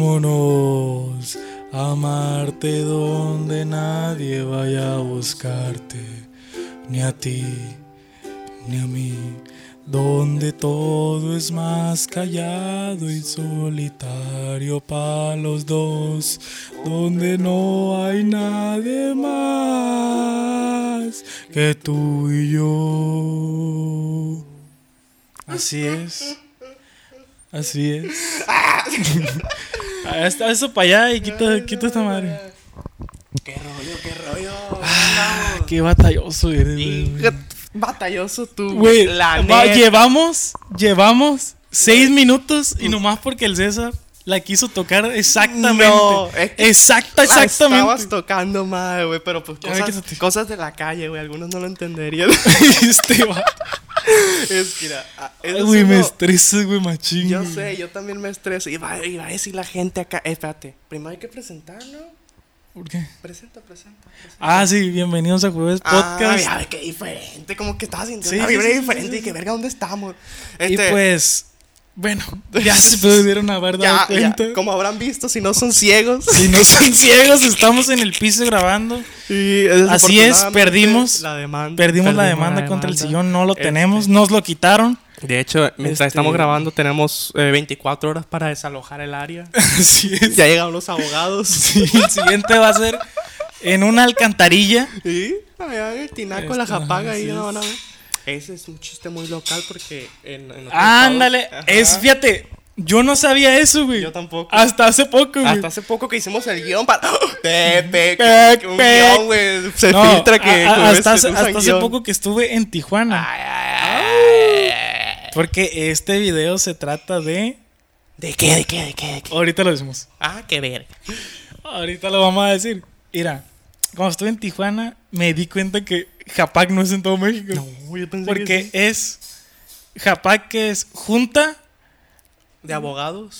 Vámonos a amarte donde nadie vaya a buscarte, ni a ti, ni a mí, donde todo es más callado y solitario para los dos, donde no hay nadie más que tú y yo. Así es. Así es. Hasta eso para allá y quita, quita esta madre. Qué rollo, qué rollo. Ah, Qué batalloso eres, güey. Hija, Batalloso tú. Güey, la va- neta. llevamos, llevamos seis minutos y nomás porque el César la quiso tocar exactamente. No, es que ah, Exacta, La exactamente. Estabas tocando madre, güey, pero pues Ya ve cosas, que se te- cosas de la calle, güey, algunos no lo entenderían. Este va- es que mira, ah, eso Ay, es Güey, me uno- estresas, güey, machín. Yo güey. sé, yo también me estreso. Y va, y va a decir la gente acá, eh, espérate, primero hay que presentar, ¿no? ¿Por qué? Presenta, presenta. presenta. Ah, sí, bienvenidos a Jueves Ah, Podcast. ya ve, qué diferente, como que estaba sintiendo Sí, una sí, vibra sí, sí, diferente sí, y que verga, ¿dónde estamos? y Este, pues, bueno, ya se pudieron haber dado ya, ya, cuenta. como habrán visto, si no son ciegos. Si no son ciegos, estamos en el piso grabando. Y Así es, desafortunadamente, perdimos. la demanda. Perdimos la demanda Este. contra el sillón, no lo tenemos, nos lo quitaron. De hecho, mientras Este- estamos grabando tenemos eh, 24 horas para desalojar el área. Así es. Ya llegaron los abogados. Sí, el siguiente va a ser en una alcantarilla. Y allá en el tinaco, Este, la japaga ajá, ahí, así no, es. no. Ese es un chiste muy local porque en, en otros Ándale, estados- Ajá. es, fíjate, yo no sabía eso, güey. Yo tampoco. Hasta hace poco, güey. Hasta hace poco que hicimos el guión para... ¡Oh! Pepe, Pec, un pec. guión, güey. Se No, filtra que... a- a- que hasta, se hace, usa hasta hace guión. poco que estuve en Tijuana. Ay, ay, ay. Porque este video se trata de. ¿De qué, de qué, de qué, de qué? Ahorita lo decimos. Ah, qué verga. Ahorita lo vamos a decir. Mira, cuando estuve en Tijuana, me di cuenta que Japac no es en todo México. No, yo pensé que Porque sí. es. Japac que es junta. ¿De abogados?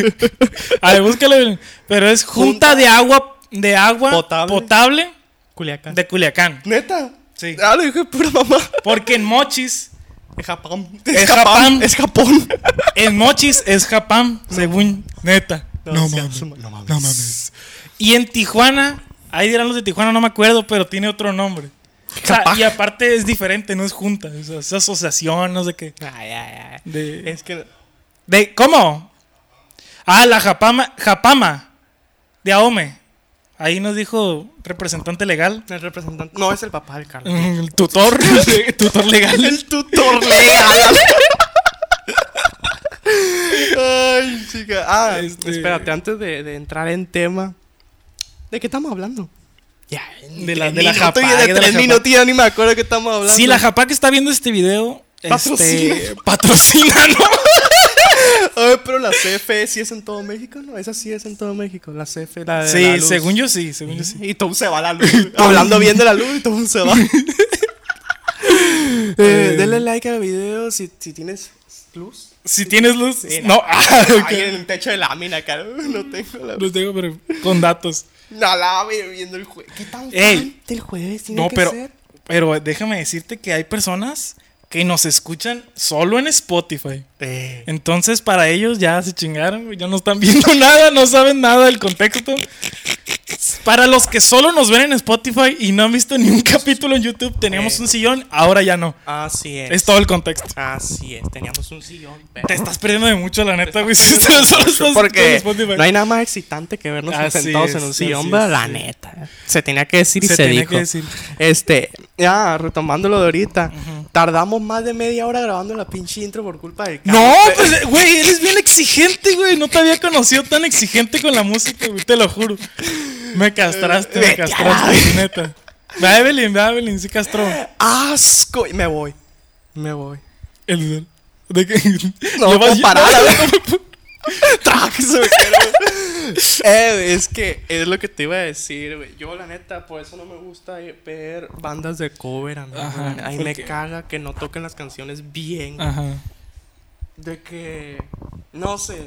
a ver, búscalo. bien. Pero es junta, de agua. De agua Potable. potable. Culiacán. de Culiacán. ¿Neta? Sí. Ah, lo dije pura mamá. Porque en Mochis. Es Japón. Es Japón. Es Japón. En Mochis es Japán, según neta. No, se asuma- no mames. Y en Tijuana, ahí dirán los de Tijuana, no me acuerdo, pero tiene otro nombre. O sea, Japaj. y aparte es diferente, no es junta, es, es asociación, no sé qué. Ay, ay, ay. De, Es que. de- ¿Cómo? Ah, la Japama, Japama, de Aome. Ahí nos dijo representante legal, El representante. No, es el papá del Carlos. el tutor, tutor legal. tutor legal. Ay, chica. Ah, Este- espérate, antes de, de entrar en tema. ¿De qué estamos hablando? Ya, de la- de la minutos, japa, De de la tres japa. minutos ya ni me acuerdo de qué estamos hablando. Si la Japa que está viendo este video, este, Patrocina. patrocina, ¿no? Ay, pero la CFE sí es en todo México, ¿no? Esa sí es en todo México. La CFE, la de la Sí, luz. según yo sí, según yo sí. Y Tom se va la luz. Hablando bien de la luz y Tom se va. Eh, dale like al video si, si tienes luz. Si tienes luz, Sí, no. Ah, ok. Ahí en el techo de lámina, cara. No tengo la luz. Los dejo, pero con datos. No la voy viendo el jueves. ¿Qué tan Ey. fan del jueves tiene No, que pero, ser? pero déjame decirte que hay personas que nos escuchan solo en Spotify. Eh. Entonces, para ellos ya se chingaron, güey, ya no están viendo nada, no saben nada del contexto. Para los que solo nos ven en Spotify y no han visto ni un capítulo en YouTube, teníamos Eh. un sillón, ahora ya no. Así es. Es todo el contexto. Así es. Teníamos un sillón. Te estás perdiendo de mucho, la neta, güey. si solo estás Porque escuchando Spotify. no hay nada más excitante que vernos Así sentados en es, un así sillón, ¿verdad? es, la sí. neta. Se tenía que decir y Se se, tenía dijo. que decir. Este, ya, retomando lo de ahorita, tardamos más de media hora grabando la pinche intro por culpa del No, pues, eh, güey, eres bien exigente, güey. No te había conocido tan exigente con la música, güey, te lo juro. Me castraste, me Vete a la castraste, neta. Va a Evelyn, va a Evelyn, sí castró. ¡Asco! Y Me voy. Me voy. El de que No, Yo va- puedo parar, a ver. Traje, se me quedó. Eh, es que es lo que te iba a decir, güey. Yo, la neta, por eso no me gusta ver bandas de cover, amigo. Ajá, Ay, ¿por me qué? Ah. caga que no toquen las canciones bien. Ajá. De que. No sé.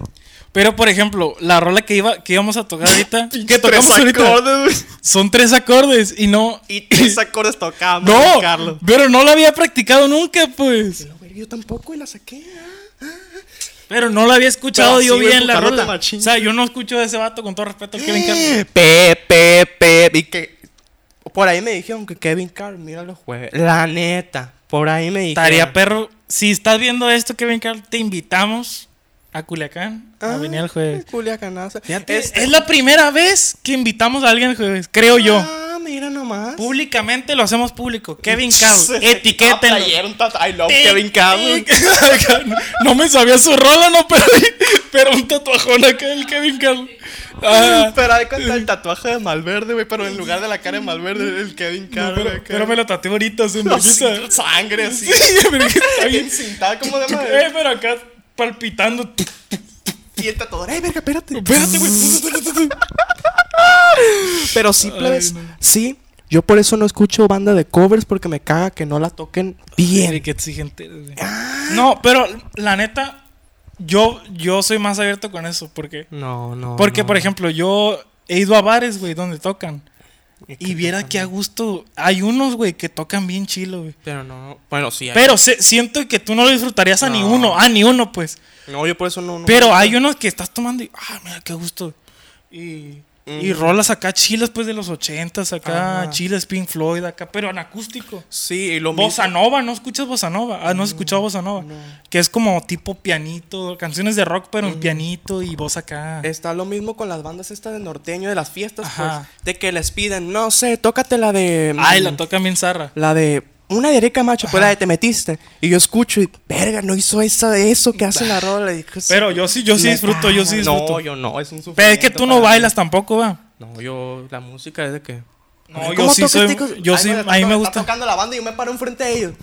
Pero por ejemplo, la rola que iba que íbamos a tocar ahorita, que Pinche tocamos tres ahorita, acordes, güey. son tres acordes y no Y tres acordes tocamos, no, Carlos. pero no la había practicado nunca, pues. No, güey, yo tampoco y la saqué. ah, ah. Pero no lo había escuchado Pero yo sí, güey, bien la putarrota rola. machín. O sea, yo no escucho de ese vato con todo respeto a Kevin Eh, Carter. Pepe, Pepe. Y que. Por ahí me dijeron que Kevin Carr, mira los jueves. La neta. Por ahí me dijeron. Tarea perro, si estás viendo esto, Kevin Carter, te invitamos a Culiacán a Ah, venir el jueves. Culiacanazo. Es, Este- es la primera vez que invitamos a alguien el jueves, creo yo. Ah, mira nomás. Públicamente lo hacemos público. Kevin Carter, Ah, etiquétenlo. taller, un tatu- I love Kevin Carr. no me sabía su rola, no, pero, pero un tatuajón acá el Kevin Carl. Ah, Pero hay cuenta el tatuaje de Malverde, güey. Pero en lugar de la cara de Malverde, el Kevin Carr. güey, pero, acá. pero me lo tatué ahorita, se me Así, quita. Sangre así. Sí, pero que está bien. Cintada como de madre. Eh, pero acá palpitando. Y el tatuador, ay, verga, espérate. Espérate, güey. Pero sí, plebes, no. sí. Yo por eso no escucho banda de covers porque me caga que no la toquen Bien, bien. qué exigente. eres, güey. No, pero la neta, yo, yo soy más abierto con eso. Porque, No, no. porque no. por ejemplo, yo he ido a bares, güey, donde tocan. que Y viera que a gusto. Hay unos, güey, que tocan bien chilo, güey. Pero no. Bueno, sí. hay- Pero se- siento que tú no lo disfrutarías a ni No. uno, a ni uno, pues. No, yo por eso no. no- Pero hay unos que estás tomando y, ah, mira, qué gusto. Y, Mm, y rolas acá chilas, pues, de los ochentas, acá Ajá. chilas, Pink Floyd, acá, pero en acústico. Sí, y lo Bossa Nova, ¿no escuchas Bossa Nova? Ah, no, has escuchado Bossa Nova. Que es como tipo pianito, canciones de rock, pero en pianito y voz acá. Está lo mismo con las bandas estas de norteño de las fiestas, Ajá. pues. De que les piden, no sé, tócate la de. Ay, la mm, toca bien zarra. La de. Una de Erika Macho, pues la de Te Metiste. Y yo escucho y, verga, no hizo esa, eso que hace la rola. Y dije, Pero yo sí, yo sí me disfruto, yo sí caga. disfruto. Ah, No, yo no, es un Pero es que tú no para mí. bailas tampoco, va. No, yo, la música es de que. No, yo sí soy. Yo sí, a mí me gusta. tocando la banda y yo me paro enfrente de ellos.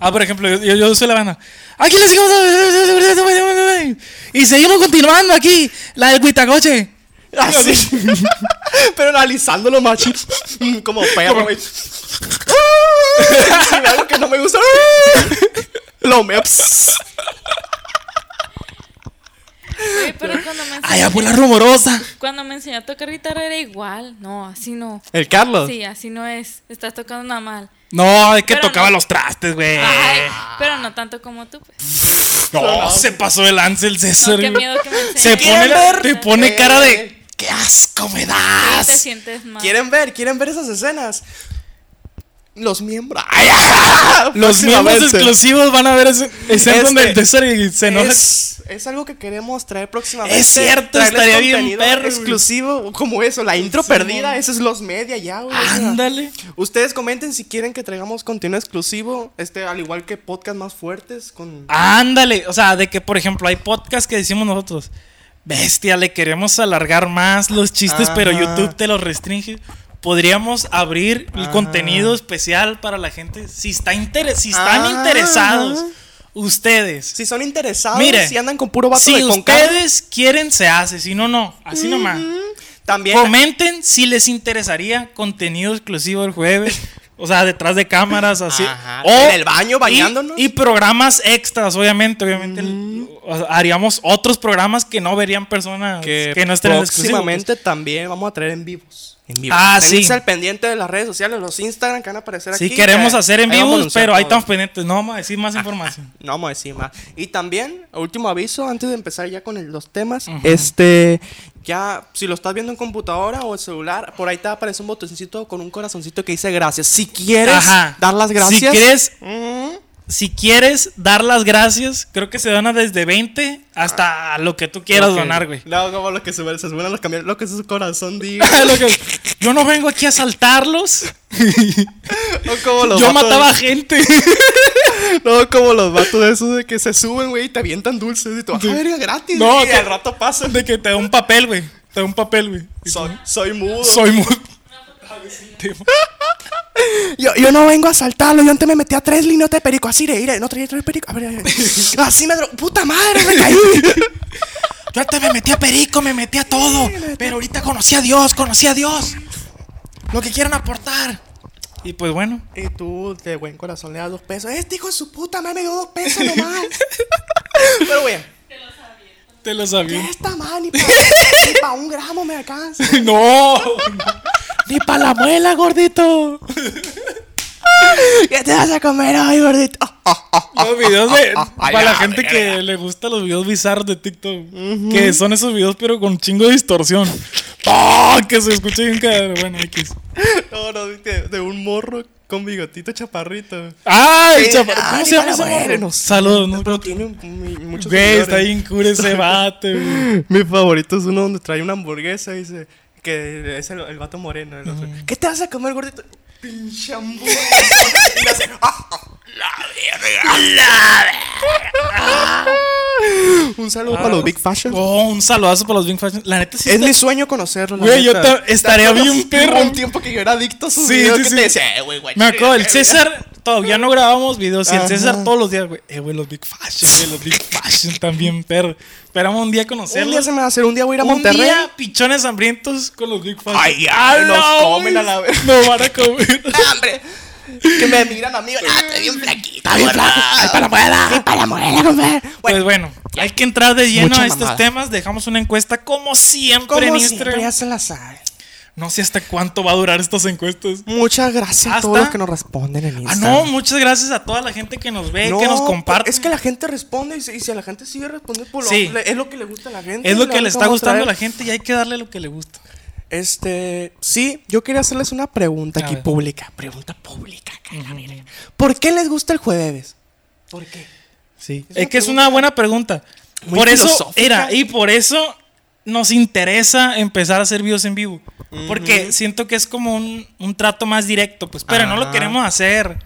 Ah, por ejemplo, yo, yo, yo soy la eh, banda. Aquí le seguimos. eh, Y seguimos continuando aquí. La del Cuitacoche. Ah, Así. Pero analizándolo, macho. Mm, Como perro, güey. Si veo algo que no me gusta. Lo meo. Güey, pero cuando me, enseñó, Allá por la rumorosa. cuando me enseñó a tocar guitarra era igual. No, así no. El Carlos. Sí, así no es. Estás tocando nada mal. No, es que Pero tocaba no. los trastes, güey. Ay, pero no tanto como tú. Pues. No, se pasó el lance el No, César. qué güey. miedo que me enseñes. se pone, la- Sí, te pone cara de. Eh. ¡Qué asco me das! Te sientes mal. ¿Quieren ver? ¿Quieren ver esas escenas? Los miembros. Ay, ah, Los miembros próximamente. exclusivos van a ver ese, ese Es donde que el César y se enoja. Es, es algo que queremos traer próximamente. Es cierto, Traerles estaría bien contenido perro, güey. exclusivo como eso, la intro Sí, mon. perdida, eso es los media ya, güey. o sea. Ándale. Ustedes comenten si quieren que traigamos contenido exclusivo, este al igual que podcast más fuertes con Ah. Ándale, o sea, de que por ejemplo hay podcasts que decimos nosotros, bestia, le queremos alargar más los chistes, pero Ajá. YouTube te los restringe. Podríamos abrir el contenido especial para la gente si está inter- si están Ah. interesados ustedes. si son interesados, Mire, si andan con puro vaso Si de con ustedes quieren se hace, si no no, así nomás. también Comenten si les interesaría contenido exclusivo el jueves. O sea, detrás de cámaras, así. Ajá, O- en el baño, y- bañándonos. Mm. Y, programas extras, obviamente. Obviamente o sea, haríamos otros programas que no verían personas que, no estén en el exclusivo. próximamente también vamos a traer en vivos. En vivos. Ah, sí. Ténganse al pendiente de las redes sociales, los Instagram que van a aparecer Si aquí. queremos que hacer en ahí vamos a vivos, anunciar pero ahí todo. estamos pendientes. No vamos a decir más información. No vamos a decir más. Y también, último aviso, antes de empezar ya con el- los temas, este, ya, si lo estás viendo en computadora o en celular, por ahí te aparece un botoncito con un corazoncito que dice gracias. Si quieres Ajá. dar las gracias. Si quieres, Mm, si quieres dar las gracias, creo que se dona desde 20 hasta lo que tú quieras ok. donar, güey. No, como lo que se ve, se suben a los camiones, lo que su corazón diga. Lo que- Yo no vengo aquí a saltarlos. No como los Yo vatos- mataba gente. No como los vatos de esos de que se suben, güey, y te avientan dulces y tú, ah, verga, gratis. No, y que- al rato pasan de De que te da un papel, güey. Te da un papel, güey. soy, soy mudo. Soy muy. Yo, yo no vengo a asaltarlo, yo antes me metí a tres líneas de perico, así de ir, no traía tres perico, a ver, a ver. así me dro- puta madre, me caí. Yo antes me metí a perico, me metí a todo. Pero ahorita conocí a Dios, conocí a Dios. Lo que quieran aportar. Y pues bueno. Y tú, de buen corazón, le das dos pesos. Este hijo de su puta madre me dio dos pesos nomás. Pero güey, Te lo sabía. esta madre ni para un gramo me alcanza. No. Ni para la muela, gordito. ¿Qué te vas a comer hoy, gordito? Ah, Los videos de. Ay, para la la gente que le gusta los videos bizarros de TikTok. Que son esos videos, pero con chingo de distorsión. ¡Ah! Que se escucha bien cabrón. Bueno, X. No, no, de, de un morro con bigotito chaparrito. ¡Ay, Sí, chapa- ay, ¿Cómo se llama para ese morro? bueno, Saludos, ¿no? Pero tiene muy- muchos Güey, está seguidores. bien cura ese vato, güey. Mi favorito es uno donde trae una hamburguesa y dice que es el, el vato moreno. el otro, Mm. ¿Qué te vas a comer, gordito? Pinche hamburguesa. Y hace, "Ah, ah, la verga. Un saludo para los Big Fashion. Oh, un saludazo para los Big Fashion. La neta sí. Es está- mi sueño conocerlo. la Güey, yo neta. ta- estaría Tanto bien los- perro. hubo Un tiempo que yo era adicto a sus Sí, videos sí, que sí. te decía, eh, güey, guacha, Me acuerdo, el César, todavía no grabábamos videos. Y el Ajá. César todos los días, güey. Eh, güey, los Big Fashion, güey, los Big Fashion también, perro. Esperamos un día conocerlos. Un día se me va a hacer, un día voy a ir a Un Monterrey. día, pichones hambrientos con los Big Fashion. Ay, ay, nos ¡Ala, comen a güey! la vez. Nos van a comer. hambre. Que me miran a mí. Ah, estoy bien flaquita. Está bien para para Pues bueno, hay que entrar de lleno Mucha a estos mamada. temas. Dejamos una encuesta como siempre en Como Pues, Instagram. siempre, ya se la saben. No sé hasta cuánto va a durar estas encuestas. Muchas gracias a todos ¿Hasta? los que nos responden en Ah, Instagram. no, muchas gracias a toda la gente que nos ve, No, que nos comparte. Es que la gente responde y si, y si a la gente sigue respondiendo, pues lo- Sí. le- es lo que le gusta a la gente. Es y lo la que le neta está vamos a gustando a traer. la gente y hay que darle lo que le gusta. Este, sí, yo quería hacerles una pregunta A aquí ver. pública. Pregunta pública, acá, la verga. ¿Por qué les gusta el jueves? ¿Por qué? Sí. Es, Es una que es una buena pregunta. Muy por eso, filosófica. era, y por eso nos interesa empezar a hacer videos en vivo. Porque siento que es como un, un trato más directo, pues. Pero no lo Ajá. queremos hacer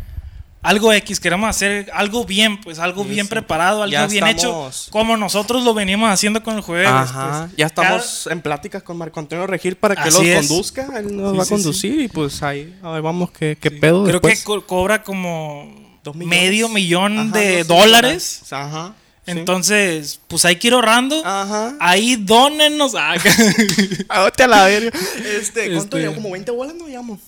algo X, queremos hacer algo bien, pues, algo bien preparado, algo Ya bien estamos. hecho. Como nosotros lo venimos haciendo con el jueves. Ajá. pues. Ya Cada- estamos en pláticas con Marco Antonio Regil para que Así los es. conduzca. Él nos Sí, va a sí, sí. conducir y pues ahí, a ver, vamos, qué, qué pedo. Creo después. que co- cobra como Dos millones. medio millón Ajá, de dos dólares. Ajá. sí. Ah. Entonces, pues hay que ir ahorrando. Ajá. Ahí dónenos. Ah, Ah, vete a la verga. Este, Este- ¿cuánto llevamos? Como 20 bolas no llamo.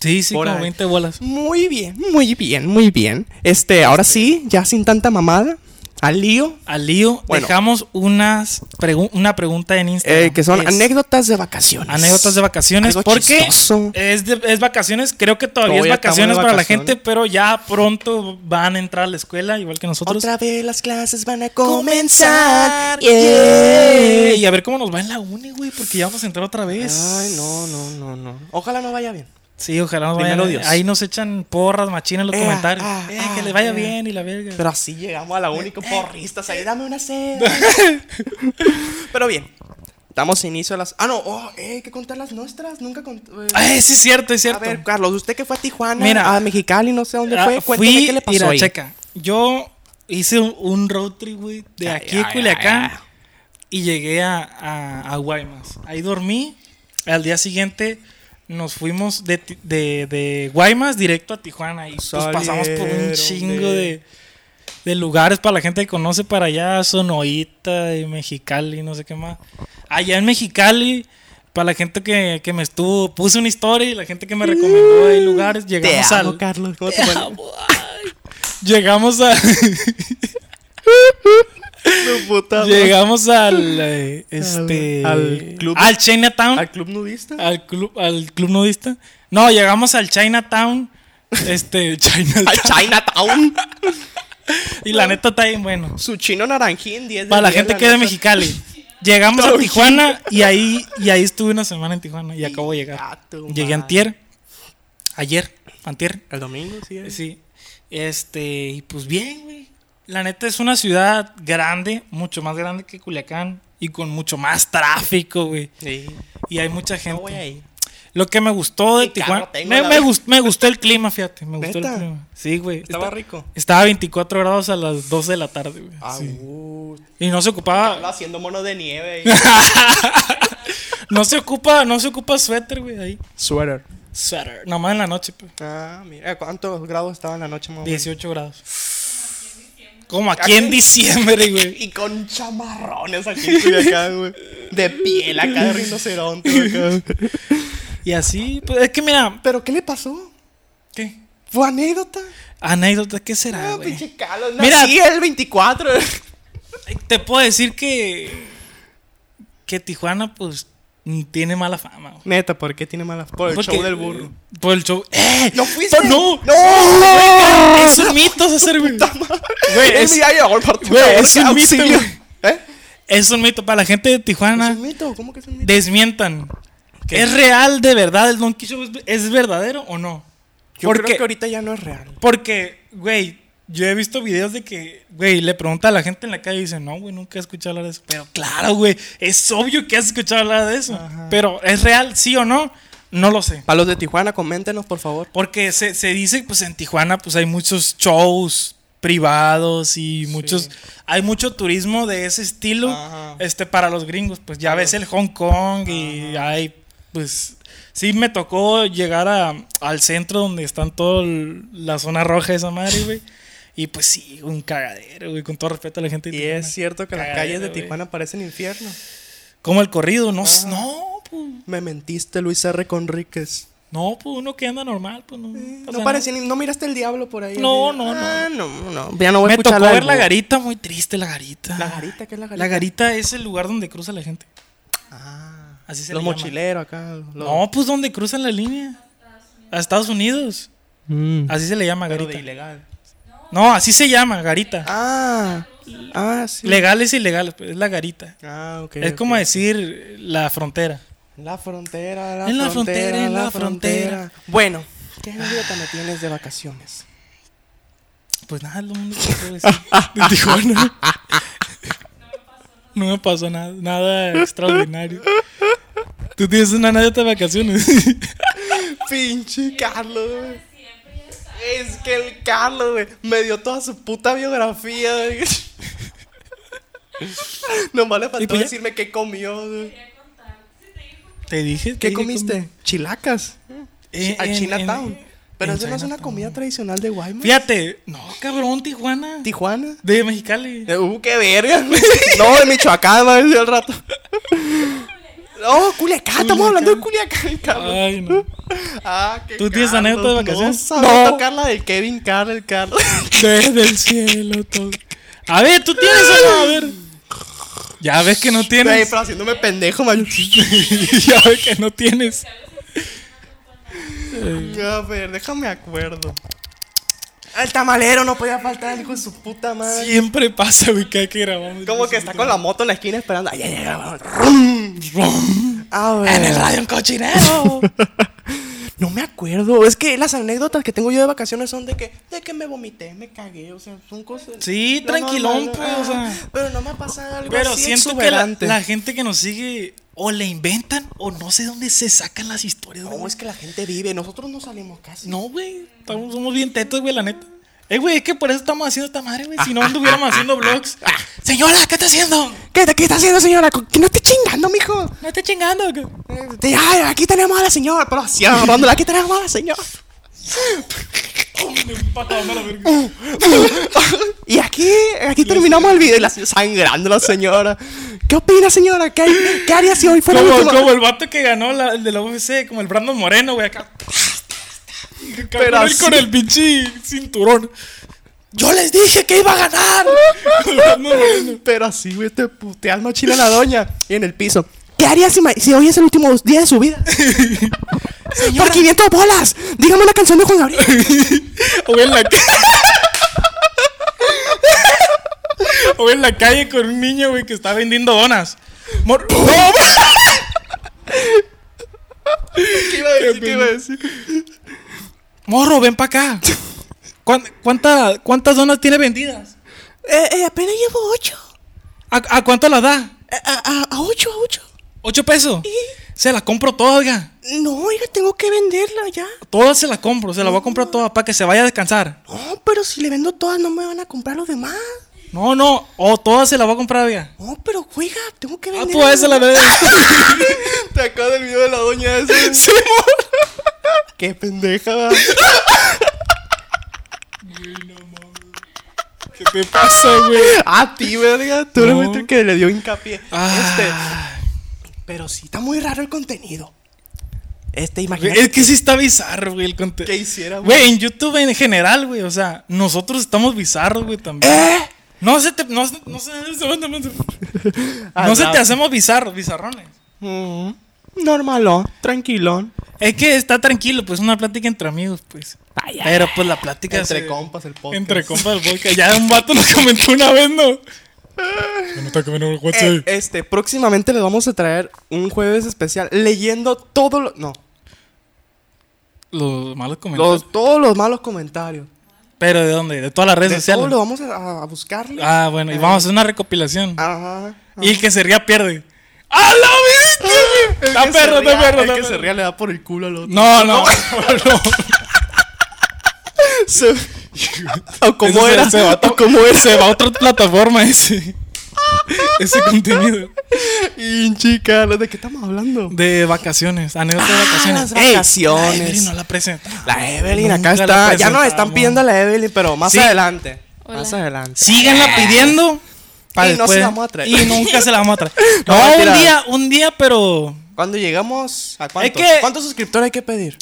sí, sí, Por como ahí. 20 bolas. Muy bien, muy bien, muy bien. Este, ahora sí, ya sin tanta mamada, al lío, Al lío, Bueno. dejamos unas pregu- una pregunta en Instagram. eh, que son Este, Es anécdotas de vacaciones. anécdotas de vacaciones. Algo porque chistoso. es, de- es vacaciones, creo que todavía, Todavía es vacaciones estamos de para la vacaciones. gente, pero ya pronto van a entrar a la escuela, igual que nosotros. Otra vez las clases van a comenzar. comenzar. Yeah. yeah. Y a ver cómo nos va en la uni, güey, porque ya vamos a entrar otra vez. Ay, no, no, no, no. Ojalá no vaya bien. Sí, ojalá nos vaya Primero Dios. Ahí nos echan porras, machina en los Ea, comentarios. ah, Eh, ah, que les vaya ea. bien y la verga. Pero así llegamos a la única porristas. Ahí dame una sed. Pero bien, damos inicio a las. Ah, no, oh, eh, hay que contar las nuestras. Nunca conté. Ay, sí, Ah, es cierto, es a cierto. ver, Carlos, usted que fue a Tijuana, Mira. a Mexicali, no sé dónde Ah, fue. Cuéntame fui, qué le pasó mira, ahí. checa. Yo hice un, un road trip, güey, de Ay, aquí a ay, Culiacán ay, ay. y llegué a, a, a Guaymas. Ahí dormí. Al día siguiente nos fuimos de, Ti- de, de Guaymas directo a Tijuana y pues, pasamos por un Salieron chingo de, de- de lugares para la gente que conoce para allá, Sonoita y Mexicali, no sé qué más. Allá en Mexicali. Para la gente que, que me estuvo, puse una historia y la gente que me recomendó ahí lugares, llegamos Te amo, al, Carlos. ¿Cómo te fue? Llegamos a. Tu puta madre. llegamos al. eh, este. al club. Al Chinatown. Al, ¿Al club nudista? club. Al club nudista. No, llegamos al Chinatown. Este. Chinatown. Al Chinatown. y la neta está bien bueno. Su chino naranjín, 10 de Para la 10, gente que es de neta. Mexicali. Llegamos a Todo Tijuana y ahí, y ahí estuve una semana en Tijuana y acabo de llegar. Ah, tu Llegué madre. antier. Ayer. Antier. El domingo, sí. eh. es. Sí. Este, y pues bien, güey. La neta es una ciudad grande, mucho más grande que Culiacán y con mucho más tráfico, güey. Sí. Y hay mucha No gente. voy ahí. Lo que me gustó de Ni carro Tijuana. tengo, Me, la me verdad. gust- me gustó el clima, fíjate. Me gustó el ¿Neta? clima. Sí, güey. Estaba Está- rico. Estaba a 24 grados a las 2 de la tarde, güey. Ah, Sí. uh, Y no se estaba ocupaba. haciendo mono de nieve. No se ocupa, no se ocupa suéter, güey, ahí. Suéter. Suéter. Nomás en la noche, pues. Ah, mira. ¿Cuántos grados estaba en la noche, mamá? 18 grados. Como aquí en diciembre, güey. Y con chamarrones aquí en Culiacán, güey. De piel acá de rinoceronte. acá. Y así, pues, es que mira, ¿Pero qué le pasó? ¿qué? ¿Fue anécdota? Anécdota, ¿qué será, Ah, güey? pinche Carlos. Mira. Nací el 24. Te puedo decir que. Que Tijuana, pues. mm, tiene mala fama. güey. Neta, ¿por qué tiene malas? Por el Porque- show del burro. Por el show. ¡Eh! ¡No fuiste! ¡Por- ¡No! ¡No! Es un mito, César, güey. Güey, Es es, mi año, por tu güey, favor, es un mito, auxilio. güey. Ah, ¿Eh? es un mito. Para la gente de ¿Es Tijuana, un mito? ¿Cómo que es un mito? desmientan. ¿Qué? ¿Es real de verdad el Donkey Show? ¿Es, es verdadero o no? Yo Porque- creo que ahorita ya no es real. Porque, güey, yo he visto videos de que, güey, le pregunta a la gente en la calle y dice, no, güey, nunca he escuchado hablar de eso. Pero claro, güey, es obvio que has escuchado hablar de eso. Pero, ¿es real, sí o no? No lo sé. Para los de Tijuana, coméntenos, por favor. Porque se, se dice, pues en Tijuana, pues hay muchos shows privados y muchos. Hay mucho turismo de ese estilo Ajá. este para los gringos. Pues ya ves el Hong Kong y hay. Pues sí, me tocó llegar a- al centro donde están toda la zona roja de esa madre, güey. Y pues sí, un cagadero, güey, con todo respeto a la gente. de Y Tijuana. es cierto que las Cagadero, calles de güey. Tijuana parecen infierno. Como el corrido, no, s- no, pues, Me mentiste, Luis R. Conríquez. no, pues uno que anda normal, pues no. pasa No nada. parecía ni- no miraste el diablo por ahí. No, Así, no, no. ah, no, no. Ya no voy a Me escuchar tocó ver del la burro. garita, muy triste la garita. La garita, ¿qué es la garita? La garita es el lugar donde cruza la gente. Ah, Así se los le llama. mochileros acá. los- No, pues donde cruzan la línea. A Estados Unidos. Mm. Así se le llama Pero de garita. ilegal. No, así se llama garita. Ah, ah, sí. Legales e ilegales, pues, es la garita. ah, ok. Es ok. como decir la frontera. La frontera, la En la frontera, frontera, en la, la frontera. frontera. Bueno, ¿qué anécdota me tienes de vacaciones? Pues nada, es lo único que puedo decir. De Tijuana. No me pasó nada, nada extraordinario. Tú tienes una anécdota de vacaciones. Pinche Carlos, güey. Es que el Carlos, güey, me dio toda su puta biografía, güey. Nomás le faltó ¿Y pues ya? decirme qué comió, güey. Te dije. te ¿Qué dije comiste? Chilacas. Eh, A en- Chinatown. en- Pero en eso no es una Chinatown. comida tradicional de Guaymas. Fíjate, no, cabrón, Tijuana. Tijuana. De Mexicali. Eh, Uh, qué verga. no, de Michoacán, va a decir al rato. No, Oh, Culiacán, estamos hablando de Culiacán, Carlos. Ay, no. Ah, qué ¿Tú tienes anécdota de vacaciones? No, sabes No. tocar la del Kevin Carl, Carlos. Desde el cielo todo. A ver, tú tienes o no? a ver. Ya ves que no Güey, tienes. pero haciéndome pendejo, man. ya ves que no tienes. A ver, déjame acuerdo. El tamalero no podía faltar, hijo de su puta madre. Siempre pasa, güey, cada que grabamos. Como que está con la moto en la esquina esperando. Ay, ay, ay, ay, rum. A En el ver. radio un cochinero. No me acuerdo. Es que las anécdotas que tengo yo de vacaciones son de que, de que me vomité, me cagué. O sea, son cosas. Sí, Lo tranquilón, normal, pues, o sea. Pero no me ha pasado algo Pero así siento que la, exuberante. la gente que nos sigue o le inventan o no sé dónde se sacan las historias. güey. No, es que la gente vive. Nosotros no salimos casi. No, güey. estamos- Somos bien tetos, güey, la neta. Eh, güey, es que por eso estamos haciendo esta madre, güey. Si no, anduviéramos haciendo vlogs. Señora, ¿qué está haciendo? Ah. ¿Qué, ¿Qué está haciendo, señora? ¿Con- Que no esté chingando, mijo. No está chingando. güey. Eh, te- Ay, aquí tenemos a la señora, pero así agarrándola, aquí tenemos a la señora. Me empata, me la verga. Y aquí, aquí terminamos el video y la se- sangrando la señora. ¿Qué opina, señora? ¿Qué, hay- qué haría si hoy fuera el Como, último? como el vato que ganó la- el de la UFC, como el Brandon Moreno, güey, acá. Pero Pero él así- con el pinche cinturón. Yo les dije que iba a ganar. Con Brandon Moreno. Pero así, güey, este te puteas machila la doña. Y en el piso. ¿Qué haría si, ma- si hoy es el último día de su vida? ¡Por 500 bolas! Dígame una canción de Juan Gabriel. O en la calle. O en la calle con un niño, güey, que está vendiendo donas. Mor- ¡No, güey! ¿Qué iba a decir? ¿Qué iba a decir? Morro, ven para acá. ¿Cuán- cuánta- ¿Cuántas donas tiene vendidas? Eh, eh, apenas llevo 8. ¿A, a cuánto las da? A, a, a 8, a 8. ¿Ocho pesos? Se las compro todas, oiga. No, oiga, tengo que venderla ya. Todas se las compro, se las voy a comprar todas para que se vaya a descansar. No, pero si le vendo todas, no me van a comprar los demás. No, no, o todas se las voy a comprar, oiga. No, pero juega, tengo que Ah, vender. pues se la ve. Te acabas del video de la doña ese. Qué pendeja. va. ¿Qué te pasa, güey? A ti, verga. Tú eres No. el que le dio hincapié. Ah, Este, pero sí, está muy raro el contenido. Este, güey, imagínate. es que sí está bizarro, güey, el contenido. ¿Qué hiciera, güey? Güey, en YouTube en general, güey, o sea, nosotros estamos bizarros, güey, también. ¿Eh? No se te, Ah, no, se- no se, no se- no se- no se te hacemos bizarros, bizarrones. Mm. Normalón, tranquilón. Es que está tranquilo, pues una plática entre amigos, pues. Pero pues la plática Entre se- compas, el podcast. Entre compas del podcast. Ya un vato lo comentó una vez, ¿no? No está comiendo el Eh, este, próximamente les vamos a traer un jueves especial leyendo todo lo- no, Los malos comentarios. los, todos los malos comentarios. Pero ¿de dónde? De todas las redes De sociales. todo lo vamos a, a buscarle. Ah, bueno, y vamos a hacer una recopilación. Ajá. Y el que se ría pierde. ¡A la bestia! Está que se perro, ría- está perro, el está que se perro. ría le da por el culo al otro. No, no. Se- o cómo Ese era, Se, se va, a to- o cómo era. se va a otra plataforma ese. Ese contenido. Hinchi, Carlos, ¿de qué estamos hablando? De vacaciones. Anécdota de Ah, vacaciones. las Ey, vacaciones. la Evelyn no la presenta. La Evelyn, Nunca acá la está. Ya nos están presentamos. pidiendo a la Evelyn, pero más Sí. adelante. Hola. Más adelante. Síganla pidiendo. pa' Y no se después. la vamos a traer. Y nunca se la vamos a traer. No, No, mentira. un día, un día, pero. Cuando llegamos a cuántos, que- ¿cuántos suscriptores hay que pedir?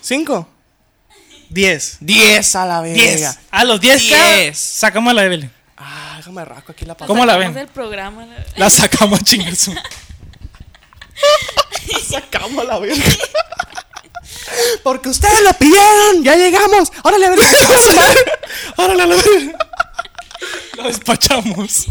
¿Cinco? 10. Diez a la vez. 10. A los 10 Diez. sacamos a la Evelyn. Ah, déjame rasco aquí la pata. ¿Cómo la ven? Del programa, la- La sacamos a chingar su- Sacamos la verga. Porque ustedes lo pidieron. Ya llegamos. Órale, a ver. Órale, a la verga. La despachamos.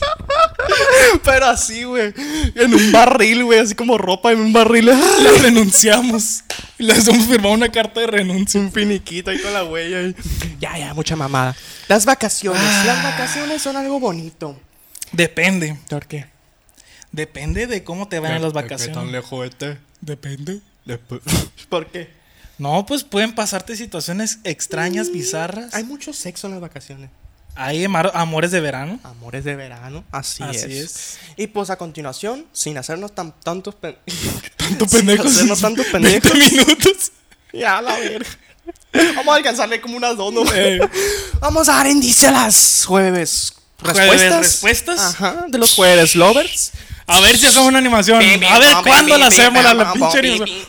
Pero así, güey. En un barril, güey. Así como ropa en un barril. La renunciamos. Y Les hemos firmado una carta de renuncia. Un finiquito ahí con la huella. ahí. Ah. Ya, ya, mucha mamada. Las vacaciones. Las vacaciones son algo bonito. Depende. ¿Por qué? Depende de cómo te van en las vacaciones. lejos este? Depende. ¿Por qué? No, pues pueden pasarte situaciones extrañas, bizarras. Hay mucho sexo en las vacaciones. Hay amar- amores de verano. Amores de verano. Así, Así es. Y pues a continuación, sin hacernos tan, tantos pen- Tanto pendejos. pendejos. Tanto pendejos. minutos. Ya, la verga. Vamos a alcanzarle como unas dos, ¿no? Eh. Vamos a dar indicios las jueves. Jueves, ¿Respuestas? respuestas. Ajá, de los jueves lovers. A ver si hacemos una animación. A ver cuándo la hacemos, la, la pinche animación.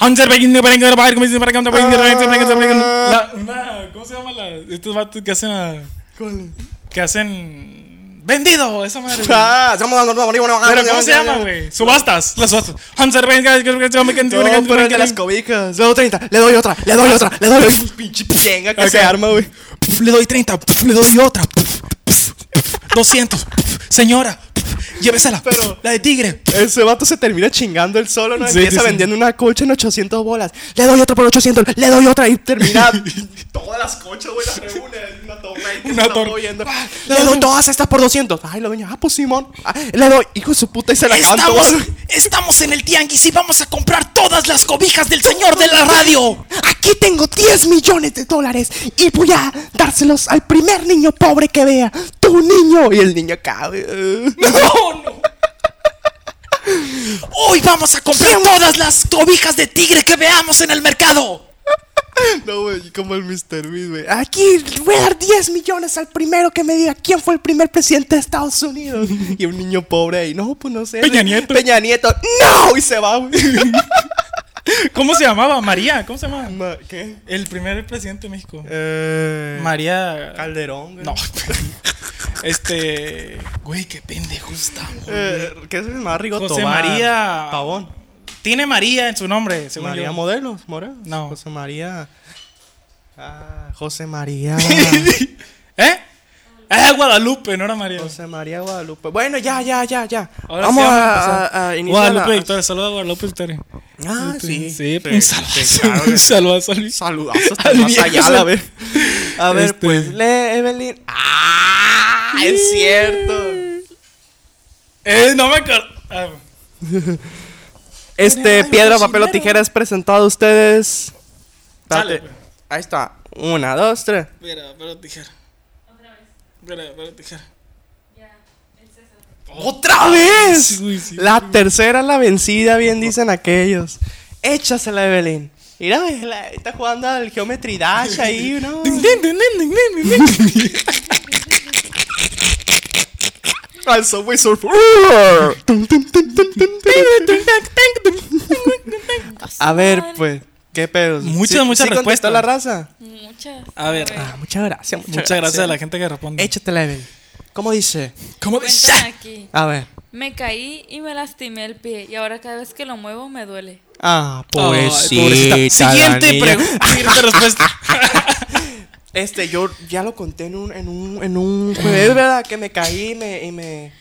Hunter Begging, Begging, Begging, Begging, Begging, Begging, Begging, Begging, Begging, Begging, Begging. La- una- ¿Cómo se llama la? Estos vatos que hacen. a- Que hacen. Vendido, esa madre. güey. Ah, estamos dando- Pero ¿cómo se llama, güey? Subastas, las subastas. Hunter Begging, Begging, Begging, Begging, No, Begging, pero el de Begging, las Begging. cobijas. Le doy 30, le doy otra, le doy otra, le doy otra. Pinche pichenga que Acá. se arma, güey. Pf, Le doy 30, pf, le doy otra. pf, pf, pf, 200, pf, señora. pf, Llévesela. pf, Pero- La de tigre. Ese vato se termina chingando el solo, ¿no? Sí, sí, Empieza sí. vendiendo una coche en 800 bolas. Le doy otra por 800, le doy otra y termina. todas las coches, güey, las reúne en una torre. ahí que Una Ah, se está torre. moviendo. Le doy todas estas por 200. Ay, la doña, ah, pues Simón. Ah, le doy, hijo de su puta, y se la canto. Estamos, güey. estamos en el tianguis y vamos a comprar todas las cobijas del señor de la radio. Aquí tengo 10 millones de dólares y voy a dárselos al primer niño pobre que vea. Tu niño. Y el niño acá. güey, eh. No, no. Hoy vamos a comprar todas las cobijas de tigre que veamos en el mercado. No, güey, como el Mr. Beast, güey. Aquí voy a dar 10 millones al primero que me diga quién fue el primer presidente de Estados Unidos. Y un niño pobre ahí, no, pues no sé. Peña Nieto. Peña Nieto, no, y se va, güey. ¿Cómo se llamaba? María, ¿cómo se llamaba? Ma- ¿Qué? El primer presidente de México. Eh, María. Calderón, güey. No. Este. Güey, qué pendejo estamos. Eh, ¿Qué es el Rigo José Tobar. María- Pavón. Tiene María en su nombre, según María yo. Modelos, Morelos. No. José María. Ah, José María. ¿Eh? Ah, Guadalupe, no era María. José María Guadalupe. Bueno, ya, ya, ya, ya. Ahora vamos sí a, empezar. a- a iniciar. Guadalupe la- Victoria, saluda a Guadalupe Victoria. Ah, sí. Sí, un sí, saludazo, claro un que- saludazo a Luis. Saludazos Al más viejo allá, sal- a ver. A ver, Este- pues lee Evelyn. ¡Ah! Es cierto. Eh, no me acuerdo. Ah, Este piedra, papel o cocinero. tijera es presentado a ustedes. Sale, Espérate. Ahí está. Una, dos, tres. espera, espera, tijera. Espera, espera, tijera. ¡Otra vez! Sí, güey, sí, la tercera es la vencida, bien dicen aquellos. Échasela, Evelyn. Mira, güey, la- está jugando al Geometry Dash ahí, ¿no? al Subway Surf. A ver, pues, ¿qué pedo? Muchas, muchas contestó respuestas. la raza? Muchas. A ver, Ah, muchas gracias, muchas, muchas gracias a la gente que responde. Échatela, Evelyn. ¿Cómo dice? ¿Cómo dice? Cuentan aquí. A ver. Me caí y me lastimé el pie y ahora cada vez que lo muevo me duele. Ah, Ay, pobrecita. pobrecita. la Siguiente niña. pregunta. Siguiente respuesta. Este, yo ya lo conté en un, en un, en un jueves, ¿verdad? Que me caí y me. Y, me,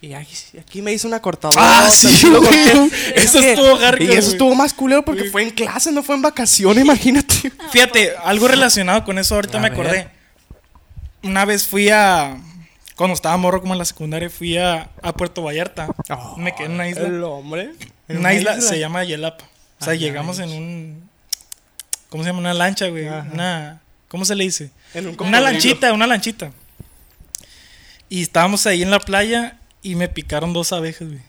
y aquí, aquí me hice una cortadora. Ah, o sea, sí, lo güey. conté. Eso Es que- estuvo garca, Y eso güey. estuvo más culero porque fue en clase, no fue en vacaciones, imagínate. Fíjate, algo relacionado con eso ahorita A me ver. acordé. Una vez fui a. Cuando estaba morro, como en la secundaria, fui a, a Puerto Vallarta. me quedé en una isla. El hombre. Una, isla, se llama Yelapa. O sea, Ah, llegamos en un. ¿Cómo se llama? Una lancha, güey. Una. ¿Cómo se le dice? En un Una cocodrilo. lanchita, una lanchita. Y estábamos ahí en la playa y me picaron dos abejas, güey.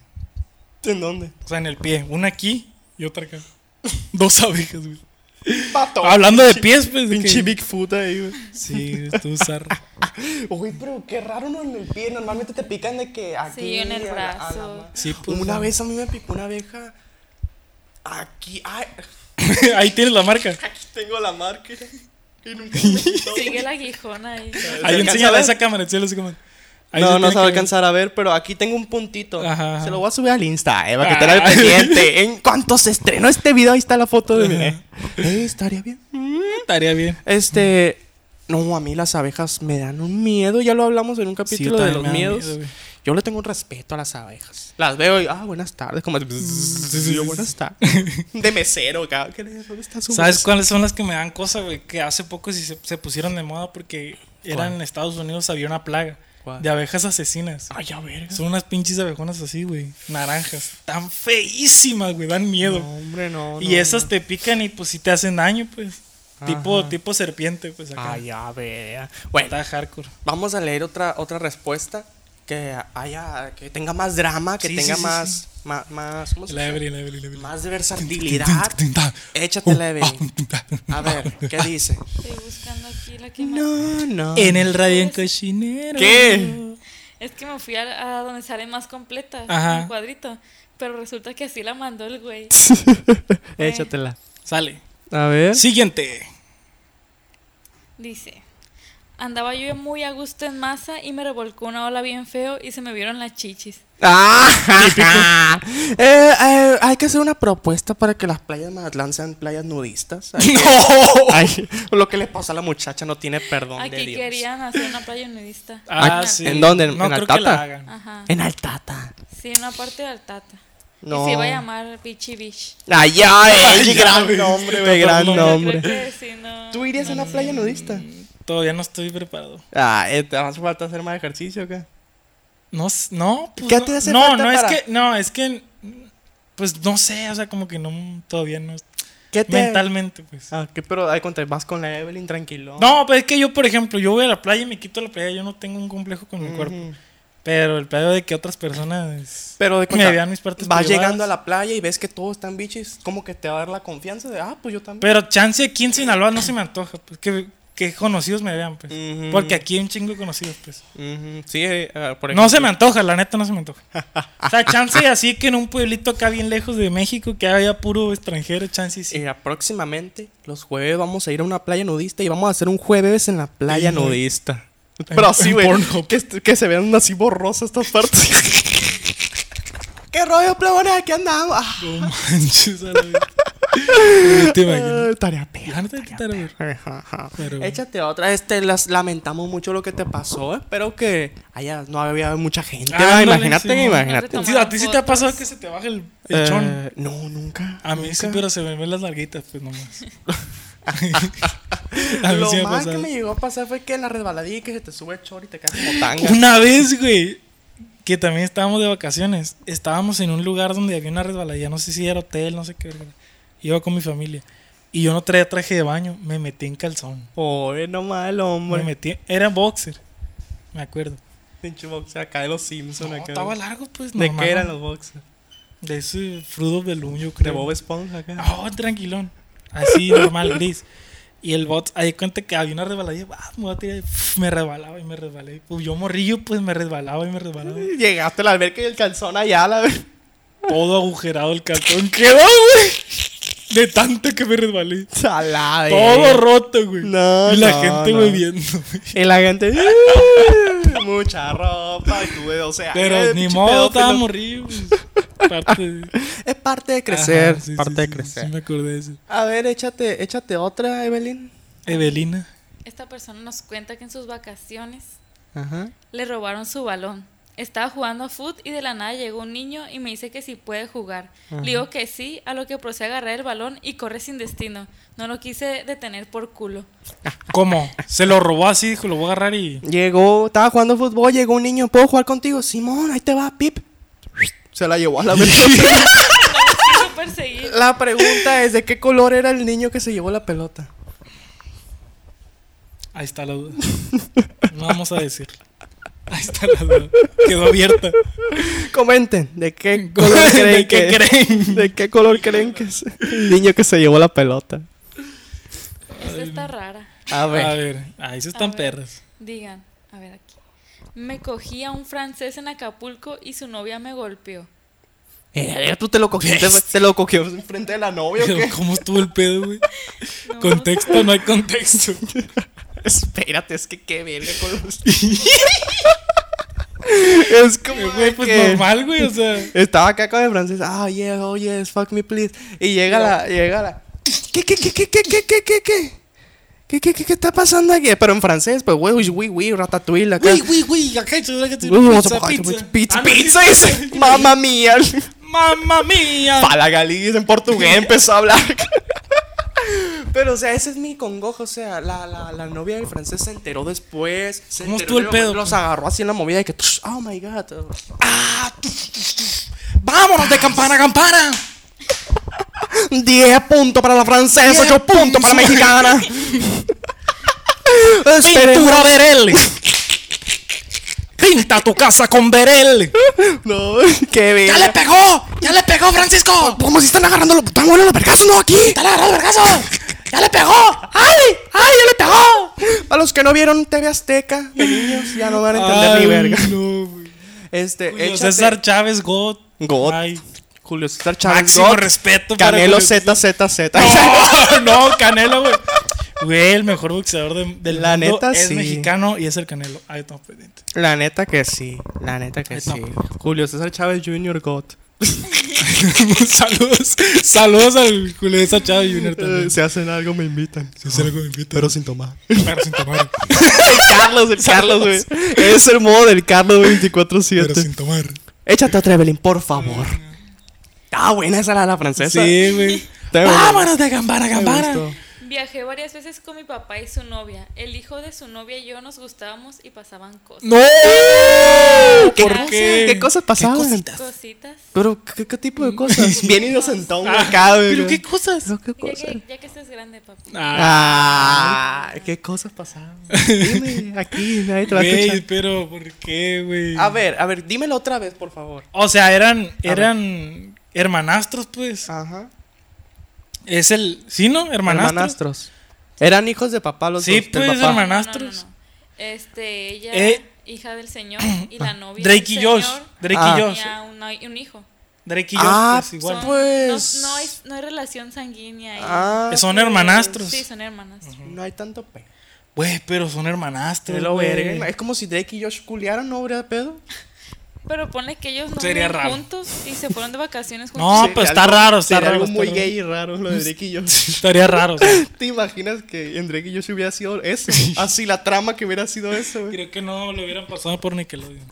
¿En dónde? O sea, en el pie. Una aquí y otra acá. Dos abejas, güey. Pato. Hablando de pies, pues. de Ah, Pinche que- Bigfoot ahí, güey. Sí, güey, estuvo zarra. Uy, pero qué raro, ¿no? En el pie, normalmente te pican de que aquí. Sí, en el a la- a la brazo. ma- Sí, pues, una no. vez a mí me picó una abeja. Aquí, ay, Ahí tienes la marca. aquí tengo la marca. Y nunca me quitó. Sigue la aguijón ahí. Ahí alcanza enséñala a ver? esa cámara, enséñala esa cámara. Ahí No, se no tiene se va a que ver. alcanzar a ver, pero aquí tengo un puntito. Ajá, ajá. Se lo voy a subir al Insta, eh, para que estén Ah. al pendiente. En cuanto se estrenó este video, ahí está la foto de mí. Eh, estaría bien. Mm, Estaría bien. Este. No, a mí las abejas me dan un miedo. Ya lo hablamos en un capítulo de también los me da miedos. miedo, güey. yo le tengo un respeto a las abejas. Las veo y, ah, buenas tardes. Como, yo, buenas tardes. De mesero, acá. ¿Qué le- ¿Dónde está su ¿Sabes mesa? cuáles son las que me dan cosa, güey? Que hace poco sí se, se pusieron de moda porque eran en Estados Unidos, había una plaga ¿Cuál? Ah. de abejas asesinas. Ay, a ver. Son unas pinches abejonas así, güey. Naranjas. Tan feísimas, güey. Dan miedo. No, hombre, no. y no, esas no. te pican y pues sí te hacen daño, pues. Tipo, tipo serpiente, pues acá. Ay, a ver. Bueno, Está hardcore. Vamos a leer otra, otra respuesta que haya que tenga más drama, que Sí, tenga sí, sí, más, sí. ma- más ¿cómo se La dice? Evelyn, la Evelyn, la Evelyn. más de versatilidad. Échate la Evelyn. A ver, ¿qué dice? Estoy buscando aquí la que más- No, no. En el radio en cochinero. ¿Qué? Es que me fui a, a donde salen más completas, Ajá. en cuadrito. Pero resulta que así la mandó el güey. Échatela. Sale. A ver. Siguiente. Dice, andaba yo muy a gusto en masa y me revolcó una ola bien feo y se me vieron las chichis. Ah, eh, eh, hay que hacer una propuesta para que las playas de Mazatlán sean playas nudistas. Hay que- Ay, lo que le pasa a la muchacha no tiene perdón de Aquí Dios. querían hacer una playa nudista. Ah, Ah, sí. ¿en dónde? ¿En- no en creo Altata? que la hagan. Ajá. En Altata. Sí, una parte de Altata. No. Y se iba a llamar Bichi Beach. Ay, ay, Ay, gran güey. nombre, Otro güey, gran nombre. nombre. Creo que sí, no. ¿Tú irías a una playa nudista? Todavía no estoy preparado. Ah, eh, te hace falta hacer más ejercicio acá. No, s- no. pues, ¿Qué no, te hace no, falta no para- es que, no, es que, pues no sé, o sea, como que no, todavía no. ¿Qué te Mentalmente, pues. Ah, ¿qué? Pero ahí conté, vas con la Evelyn tranquilo. No, pero es que yo, por ejemplo, yo voy a la playa y me quito la playa, yo no tengo un complejo con mi cuerpo. Pero el pedo de que otras personas Pero de me cuenta, vean mis partes vas privadas. llegando a la playa y ves que todos están bichis, como que te va a dar la confianza de, ah, pues yo también. Pero chance aquí en Sinaloa no se me antoja, pues que, que conocidos me vean, pues. Ujú. Porque aquí hay un chingo de conocidos, pues. Ujú, Sí, eh, ah, por No ejemplo. se me antoja, la neta no se me antoja. O sea, chance así que en un pueblito acá bien lejos de México que haya puro extranjero, chance y sí. Eh, próximamente, los jueves vamos a ir a una playa nudista y vamos a hacer un jueves en la playa Sí, güey. nudista. Pero así, en güey. Pornhub. Que, est- que se vean así borrosas estas partes. ¿Qué rollo, plebones? Aquí andamos. Ah, No manches, a la vez. Te imaginas. tarea perra. Ya no te quitar, güey. Ajá, ajá. Pero bueno. Échate otra. Este, las lamentamos mucho lo que te pasó. Espero que haya, no había mucha gente. Ándale, ¿verdad? imagínate, Simón. imagínate. No Sí, a ti sí te ha pasado que se te baja el, el Eh, chon. no, nunca. A mí sí, nunca. pero se me ven las larguitas, pues nomás. A mí Lo sí me ha más que pasado. me llegó a pasar fue que en la resbaladilla que se te sube el chor y te quedas como tanga. Una vez, güey, que también estábamos de vacaciones. Estábamos en un lugar donde había una resbaladilla, no sé si era hotel, no sé qué. verga. Iba con mi familia. Y yo no traía traje de baño, me metí en calzón. Pobre nomás el Me hombre. metí, era boxer, me acuerdo. Pinche boxer acá de los Simpsons. No, acá. estaba largo, pues. ¿De normal, qué eran ¿no? los boxers? De ese frudo Belum, yo De creo. Bob Esponja acá. Oh, tranquilón. Así, normal, gris. Y el bot, ahí cuenta que había una resbaladilla, ah, me voy a tirar, y me resbalaba y me resbalé. Pues yo morrillo, pues me resbalaba y me resbalaba. Llegaste al alberca y el calzón allá, la ver- Todo agujerado el cartón quedó, güey. De tanto que me resbalé. A la ver. Todo roto, güey. No, y la no, gente, no. güey, viendo. güey. Y la gente. Mucha ropa, y tuve 12 años. Pero ni pinche modo, pedófilo. estaba morrido. pues, Parte de... Es parte de crecer. Ajá, sí, parte sí, de sí, crecer. Sí, me acordé de eso. A ver, échate, échate otra, Evelyn. Evelina. Esta persona nos cuenta que en sus vacaciones Ajá. le robaron su balón. Estaba jugando a foot y de la nada llegó un niño y me dice que si puede jugar. Le digo que sí, a lo que procede a agarrar el balón y corre sin destino. No lo quise detener por culo. ¿Cómo? Se lo robó así, dijo, lo voy a agarrar y. Llegó, estaba jugando fútbol, llegó un niño, ¿puedo jugar contigo? Simón, ahí te va, Pip. Se la llevó a la pelota. Quiso perseguir. la pregunta es, ¿de qué color era el niño que se llevó la pelota? Ahí está la duda. No vamos a decirlo. Ahí está la duda. Quedó abierta. Comenten, ¿de qué Comenten, color creen ¿de qué que creen? ¿De qué color creen que es el niño que se llevó la pelota? Esta está rara. A A ver. ver, ahí se están A ver. perras. Digan, a ver aquí. Me cogí a un francés en Acapulco y su novia me golpeó. Eh, ¿Tú te lo cogiste? ¿Te lo cogió enfrente de la novia o qué? ¿Cómo estuvo el pedo, güey? No, Contexto, no hay contexto. Espérate, es que qué verga con los... es como Eh, de Güey, pues que normal, güey. O sea, Estaba acá con el francés. Ah, yeah, oh, yes, fuck me, please. Y llega la... Llega la... ¿Qué, qué, qué, qué, qué, qué, qué, qué, qué? ¿Qué, qué, qué, qué está pasando aquí? Pero en francés, pues, güey, uy, uy, uy, ratatouille, acá. güey, güey, güey, acá hay seguro que tiene Uy, vamos pizza, a pagar- pizza. pizza, Ah, no, pizza, dice. Mamma mía. ¡Mamma mía! Palagalí en portugués empezó a hablar. Pero, o sea, ese es mi congojo. O sea, la, la, la novia del francés se enteró después. Se ¿Cómo estuvo enteró el y pedo, Los pues? agarró así en la movida de que, "Tsh, oh my god. ¡Ah! ¡Vámonos de campana a campana! 10 puntos para la francesa, 8 puntos para la mexicana. Esperemos. ¡Pintura Verel! ¡Pinta tu casa con Verel! No, qué bien. ¡Ya le pegó! ¡Ya le pegó, Francisco! ¿Cómo si están agarrando los tan buenos los vergazos, no? Aquí. ¡Dale, agarra el vergazo! ¡Ya le pegó! ¡Ay! ¡Ay, ya le pegó! Para los que no vieron TV Azteca de niños, ya no van a entender ni verga. No, güey. Este, Julio échate- César Chávez, God. God. Ay, Julio César Chávez. máximo God, respeto para Canelo Julio- ZZZ. No, no, Canelo, güey. Güey, el mejor boxeador de- del La mundo neta, es sí. mexicano y es el Canelo. Ahí estamos pendientes. La neta que sí. La neta que Neta. sí. Julio César Chávez Jr. God. saludos, saludos al Julio César Chávez Junior Eh, también. si hacen algo, me invitan. Si es algo me invita, Pero sin tomar. pero sin tomar. El Carlos, el Carlos, güey. Es el modo del Carlos 24-7. tomar. Échate otra, Evelyn, por favor. Está buena esa la, la francesa. Sí, güey. Está buena. Vámonos de gambara, Me gambara. gustó. Viajé varias veces con mi papá y su novia. El hijo de su novia y yo nos gustábamos y pasaban cosas. No. ¡Eh! ¿Qué, ¿Por cosas- qué? ¿Qué cosas pasaban? Cositas. Pero, ¿qué, qué tipo de cosas? Bien inocentón, güey, Ah, acá, güey. Pero qué cosas. Pero, ¿qué Ya cosas? que, ya que estés grande, papá. Ah, Ah, qué cosas pasaban. Dime, aquí, nadie te va a güey, escuchar. pero ¿por qué, güey? A ver, a ver, dímelo otra vez, por favor. O sea, eran eran hermanastros, pues. Ajá. Es el, ¿sí no? Hermanastros. Hermanastros. Eran hijos de papá los Sí, dos. del pues, papá. hermano. No, Hermanastros. no, no, no. Este, ella, Eh. hija del señor y la novia. Drake y del Josh. señor Drake Ah. y Josh. Tenía un, un hijo. Drake y Josh, Ah, pues, igual. Son- Pues- No, no, hay, no hay relación sanguínea. ahí. Ah, Son pues, hermanastros. Sí, son hermanas. No hay tanto pe. Güey, pero son hermanastros. Te lo güey. verga. Es como si Drake y Josh culiaran, ¿no habría pedo? Pero ponle que ellos no Sería viven raro. juntos y se fueron de vacaciones juntos. No, pues está raro, está sería raro. algo está muy raro. gay y raro lo de Drake y Josh. Estaría raro. o sea. ¿Te imaginas que en Drake y Josh hubiera sido eso? Así la trama que hubiera sido eso, güey. Creo que no lo hubieran pasado por Nickelodeon.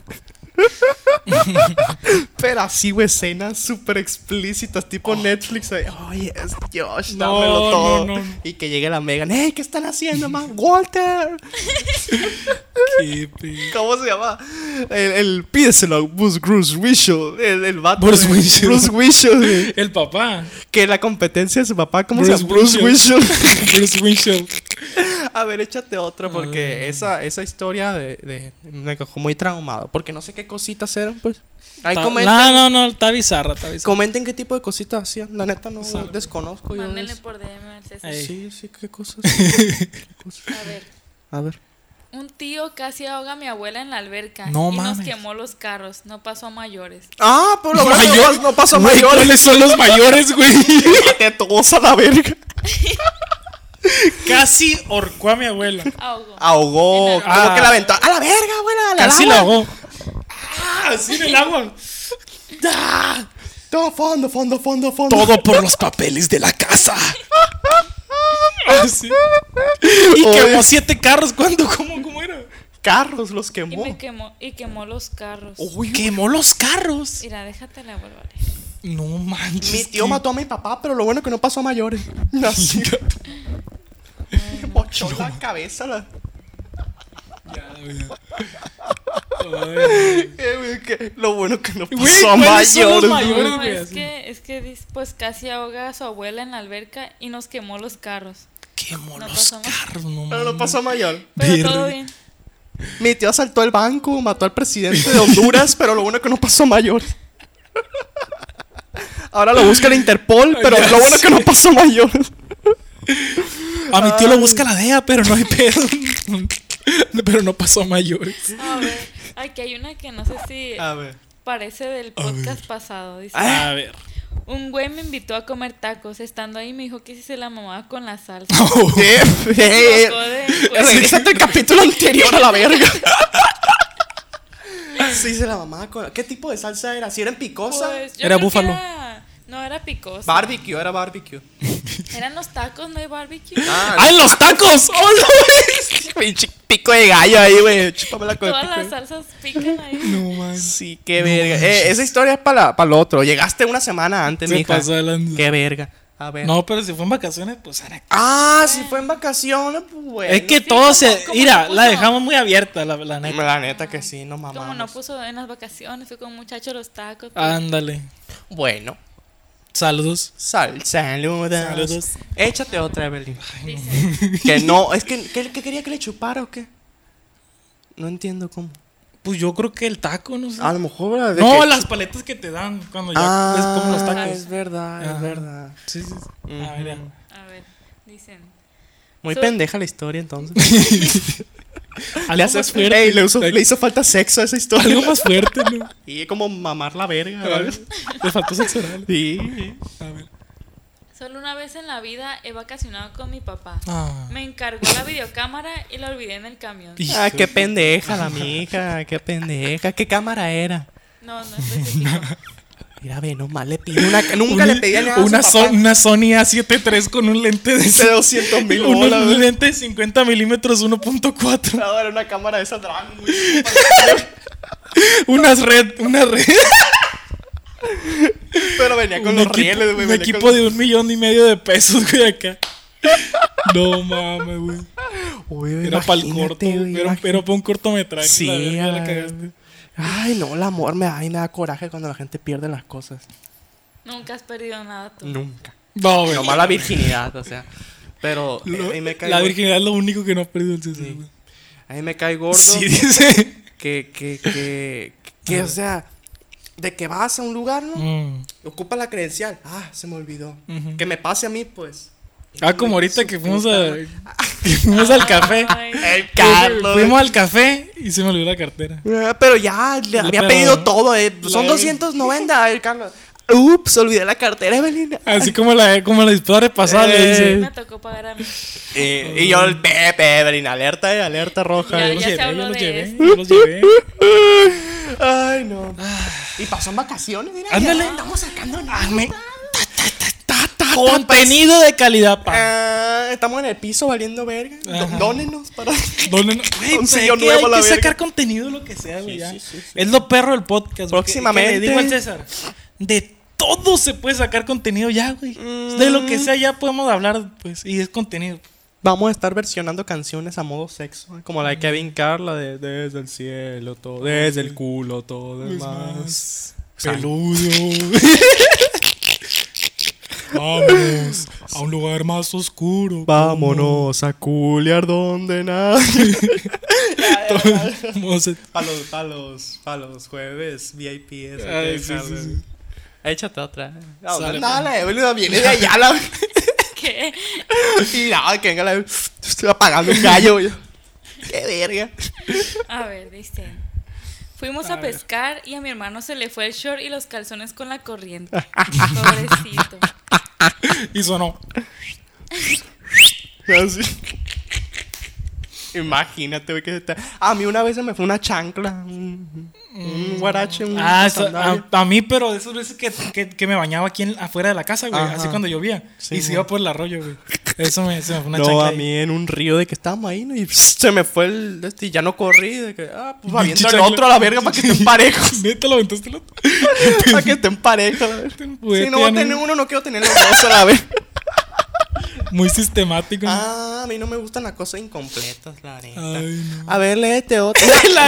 Pero así, güey, escenas súper explícitas, tipo Netflix. ahí, Oye, es Josh, Oh. No, dámelo no, todo. no, no. Y que llegue la Megan. ¡Ey, qué están haciendo, ma? ¡Walter! Qué pe- ¿Cómo se llama? El, el pídeselo, Bruce, Bruce Wishel. El, el vato. Bruce güey. Wishel. Bruce Wishel, güey. El papá. Que la competencia de su papá, ¿cómo se Bruce llama? Bruce Wishel. Wishel. Bruce Winchell. A ver, échate otra porque esa, esa historia de, de- me dejó muy traumado. Porque no sé qué cositas eran, pues. Ahí Ta- comenten, No, no, no, está bizarra, está bizarra. comenten qué tipo de cositas hacían. La neta no pues, desconozco. Yo Mándenle eso. por DM al César. Ey. Sí, sí, qué cosas. A ver. A ver. Un tío casi ahoga a mi abuela en la alberca No y mames. nos quemó los carros. No pasó a mayores. Ah, por lo Mayor- menos no pasó Güey, mayor. ¿Cuáles son los mayores, güey? Te todos a la verga. Casi horcó a mi abuela. Ahogo. Ahogó. En la- Como Ah. que la aventó. ¡A la verga, abuela! ¡A la Casi lo lava! ahogó. ¡Ah! Así en el agua. ¡Ah! Todo fondo, fondo, fondo, fondo. Todo por los papeles de la casa. Así. Y Oye. quemó siete carros. ¿Cuándo? ¿Cómo, cómo era? Carros los Y quemó. me quemó, y quemó los carros. quemó los carros. Mira, déjate la vuelvo No manches. Mi tío qué- mató a mi papá, pero lo bueno es que no pasó a mayores. Así. Me Bochó la cabeza. La... Eh, güey, que Lo bueno que no Güey, pasó a ¿cuáles son los mayores. mayores? creo güey. que pues, es así. que, es que dis- pues casi ahoga a su abuela en la alberca y nos quemó los carros. Quemó No los pasó nada. carros. No Pero no mames. pasó a mayor. Pero Verga. todo bien. Mi tío asaltó el banco, mató al presidente de Honduras, pero lo bueno es que no pasó a mayor. Ahora lo busca la Interpol, pero Ya lo bueno es que no pasó a mayor. A mi tío lo busca la DEA, pero no hay pedo. pero no pasó a mayores. A ver, aquí hay una que no sé si ver. parece del podcast pasado. Dice, A Ah. ver. un güey me invitó a comer tacos. Estando ahí me dijo que si se la mamaba con la salsa. eh, Pues, Regrésate el capítulo anterior a la verga. Sí, se la mamá con. ¿Qué tipo de salsa era? Si era en picosa. Pues, yo Era creo que búfalo. era- no, era picosa. Barbecue, era barbecue. Eran los tacos, no hay barbecue. ¡Ay, los tacos! ¡Oh, Pinche pico de gallo ahí, güey. Chúpamela con el Todas pico de- las salsas pican ahí. no! No manches. Sí, qué verga. Eh, esa historia es para el otro. Llegaste una semana antes, Se mija. pasó de lanza. Qué verga. A ver. No, pero si fue en vacaciones, pues era. Ah, si fue en vacaciones, pues bueno. es que sí, todo como- se. como Mira, puso- la dejamos muy abierta, la, la neta. La neta que sí, no mamá. Como no puso en las vacaciones, fui con un muchacho a los tacos. Ándale. Bueno. Saludos. Sal, saludos. Saludos. Échate otra, Evelyn. dice, que no, es que, que, que quería que le chupara o qué. No entiendo cómo. Pues yo creo que el taco, no sé. A lo mejor. ¿verdad? Ah, De no, que- las paletas que te dan cuando ya Ah, es como los tacos. Es verdad, Ajá. es verdad. Sí, sí. sí. Ah, mira. a ver, dicen. Muy So- pendeja la historia entonces. Algo le, más hace- fuerte. Ey, le, usó- le hizo falta sexo a esa historia. Algo más fuerte, ¿no? Y como mamar la verga. ¿verdad? Le faltó sexo oral. Sí. A ver. Solo una vez en la vida he vacacionado con mi papá. Ah. Me encargó la videocámara y la olvidé en el camión. Hijo. Ah, qué pendeja la mija, qué pendeja. ¿Qué cámara era? No, no especifico. Mira, ve, nomás le pidió una. Nunca le pedía nada. Una, a su Son- papá. una Sony A73 con un lente de, De 200 mil un bolas, güey. lente de 50 milímetros 1.4. Ahora una cámara de esa drag, güey. Unas red, una red. Pero venía con un los equipo, rieles, güey. un venía equipo con- de un millón y medio de pesos, güey, acá. No mames, güey. Uy, Era para el imagínate, corto, güey. güey, Era, imagínate. era para un cortometraje. Sí, la verga, la ay, cagaste. Ay, no, el amor me da, ay, me da coraje cuando la gente pierde las cosas. Nunca has perdido nada tú. Nunca. No, güey. Nomás la virginidad, o sea. Pero Lo- eh, ahí me cae la gordo- virginidad es lo único que no ha perdido el César, Sí. güey. Ahí me cae gordo. Sí, dice. Que, que, que, que, o sea, de que vas a un lugar, ¿no? Mm. Ocupa la credencial. Ah, se me olvidó. Que me pase a mí, pues. Ah, como ahorita que fuimos puta a. que fuimos al café. Ay, El Fuimos al café y se me olvidó la cartera. Ah, Pero ya le No, había pero- pedido todo, eh. Son La- 290, el Carlos. Ups, olvidé la cartera, Evelyn. Así como la, como la disparada pasada le dice. me tocó pagar a mí. Eh, y yo, el Pepe, Evelyn, alerta, eh, alerta roja. Ya, Yo eh. los se llevé, habló yo los de llevé, eso. yo los llevé. Ay, no. Y pasó en vacaciones, mira. Ándale. ya Estamos sacando Hazme Contenido. Contenido de calidad, Eh, pa. Ah, estamos en el piso valiendo verga. Do- Ajá. Dónenos para. Donen- Güey, Un pues, hay sillón que, nuevo a hay la que verga. sacar contenido lo que sea, güey. Sí, ya. sí, sí, sí. Es lo perro del podcast. güey, que- que Próximamente. le digo al César. De todo se puede sacar contenido ya, güey. De lo Mm. que sea ya podemos hablar, pues. Y es contenido. Vamos a estar versionando canciones a modo sexo. ¿eh? Como la de Kevin Carr, la de Desde el cielo, todo. Desde el culo, todo. Es más. Saludos. Vamos a un lugar más oscuro. Vámonos a culiar donde nada. Vamos a- Para los, pa' los, pa' los jueves, VIP. eso Ay, que sí, dejar, sí, güey. sí. Échate otra. eh. No, Sale, no, pa. la Evelyn viene de allá. La... ¿Qué? y no, que venga la Evelyn. Estoy apagando un gallo. güey. Qué verga. A ver, dicen. Fuimos a, A ver. pescar y a mi hermano se le fue el short y los calzones con la corriente. Pobrecito. Y sonó. Así. Imagínate, güey, que se te- A mí una vez se me fue una chancla. Un, un guarache, un Ah, eso- sandalia. a, a mí, pero de esas veces que, que, que me bañaba aquí en- afuera de la casa, güey. Ajá. Así cuando llovía. Sí, y se güey. iba por el arroyo, güey. Eso me, se me fue una No, chancla a ahí. mí en un río de que estábamos ahí, ¿no? Y se me fue el. de Este, y ya no corrí. De que, ah, pues aviento el chancla. otro a la verga para que estén parejos. Neta, lo aventaste el otro. para que estén parejos. a la verga. Juguete, Si no voy ya a no. tener uno, no quiero tener los dos a la vez. Muy sistemático. ¿no? Ah, a mí no me gustan las cosas incompletas, la neta. Ay, no. A ver, este léete otra.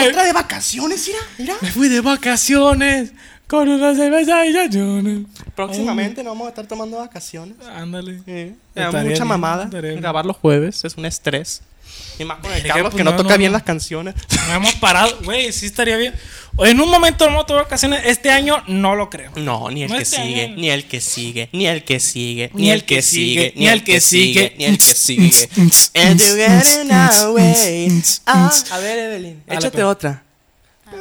otra de vacaciones, mira, mira. Me fui de vacaciones con una cerveza y ya yo, ¿no? Próximamente no vamos a estar tomando vacaciones. Ándale. Eh, Estaría mucha bien, mamada. estaría bien. Grabar los jueves es un estrés. Y más con el Verga, Carlos pues que no, no, toca no, bien no. las canciones. No hemos parado, güey, sí estaría bien. O En un momento vamos a tomar vacaciones. Este año no lo creo. No, ni el No que este sigue, año. ni el que sigue, ni el que sigue, Ni el que sigue, ni el que sigue, ni el que sigue. And you get in our way. Ah. a ver, Evelyn, Dale, échate pues. otra. Ah.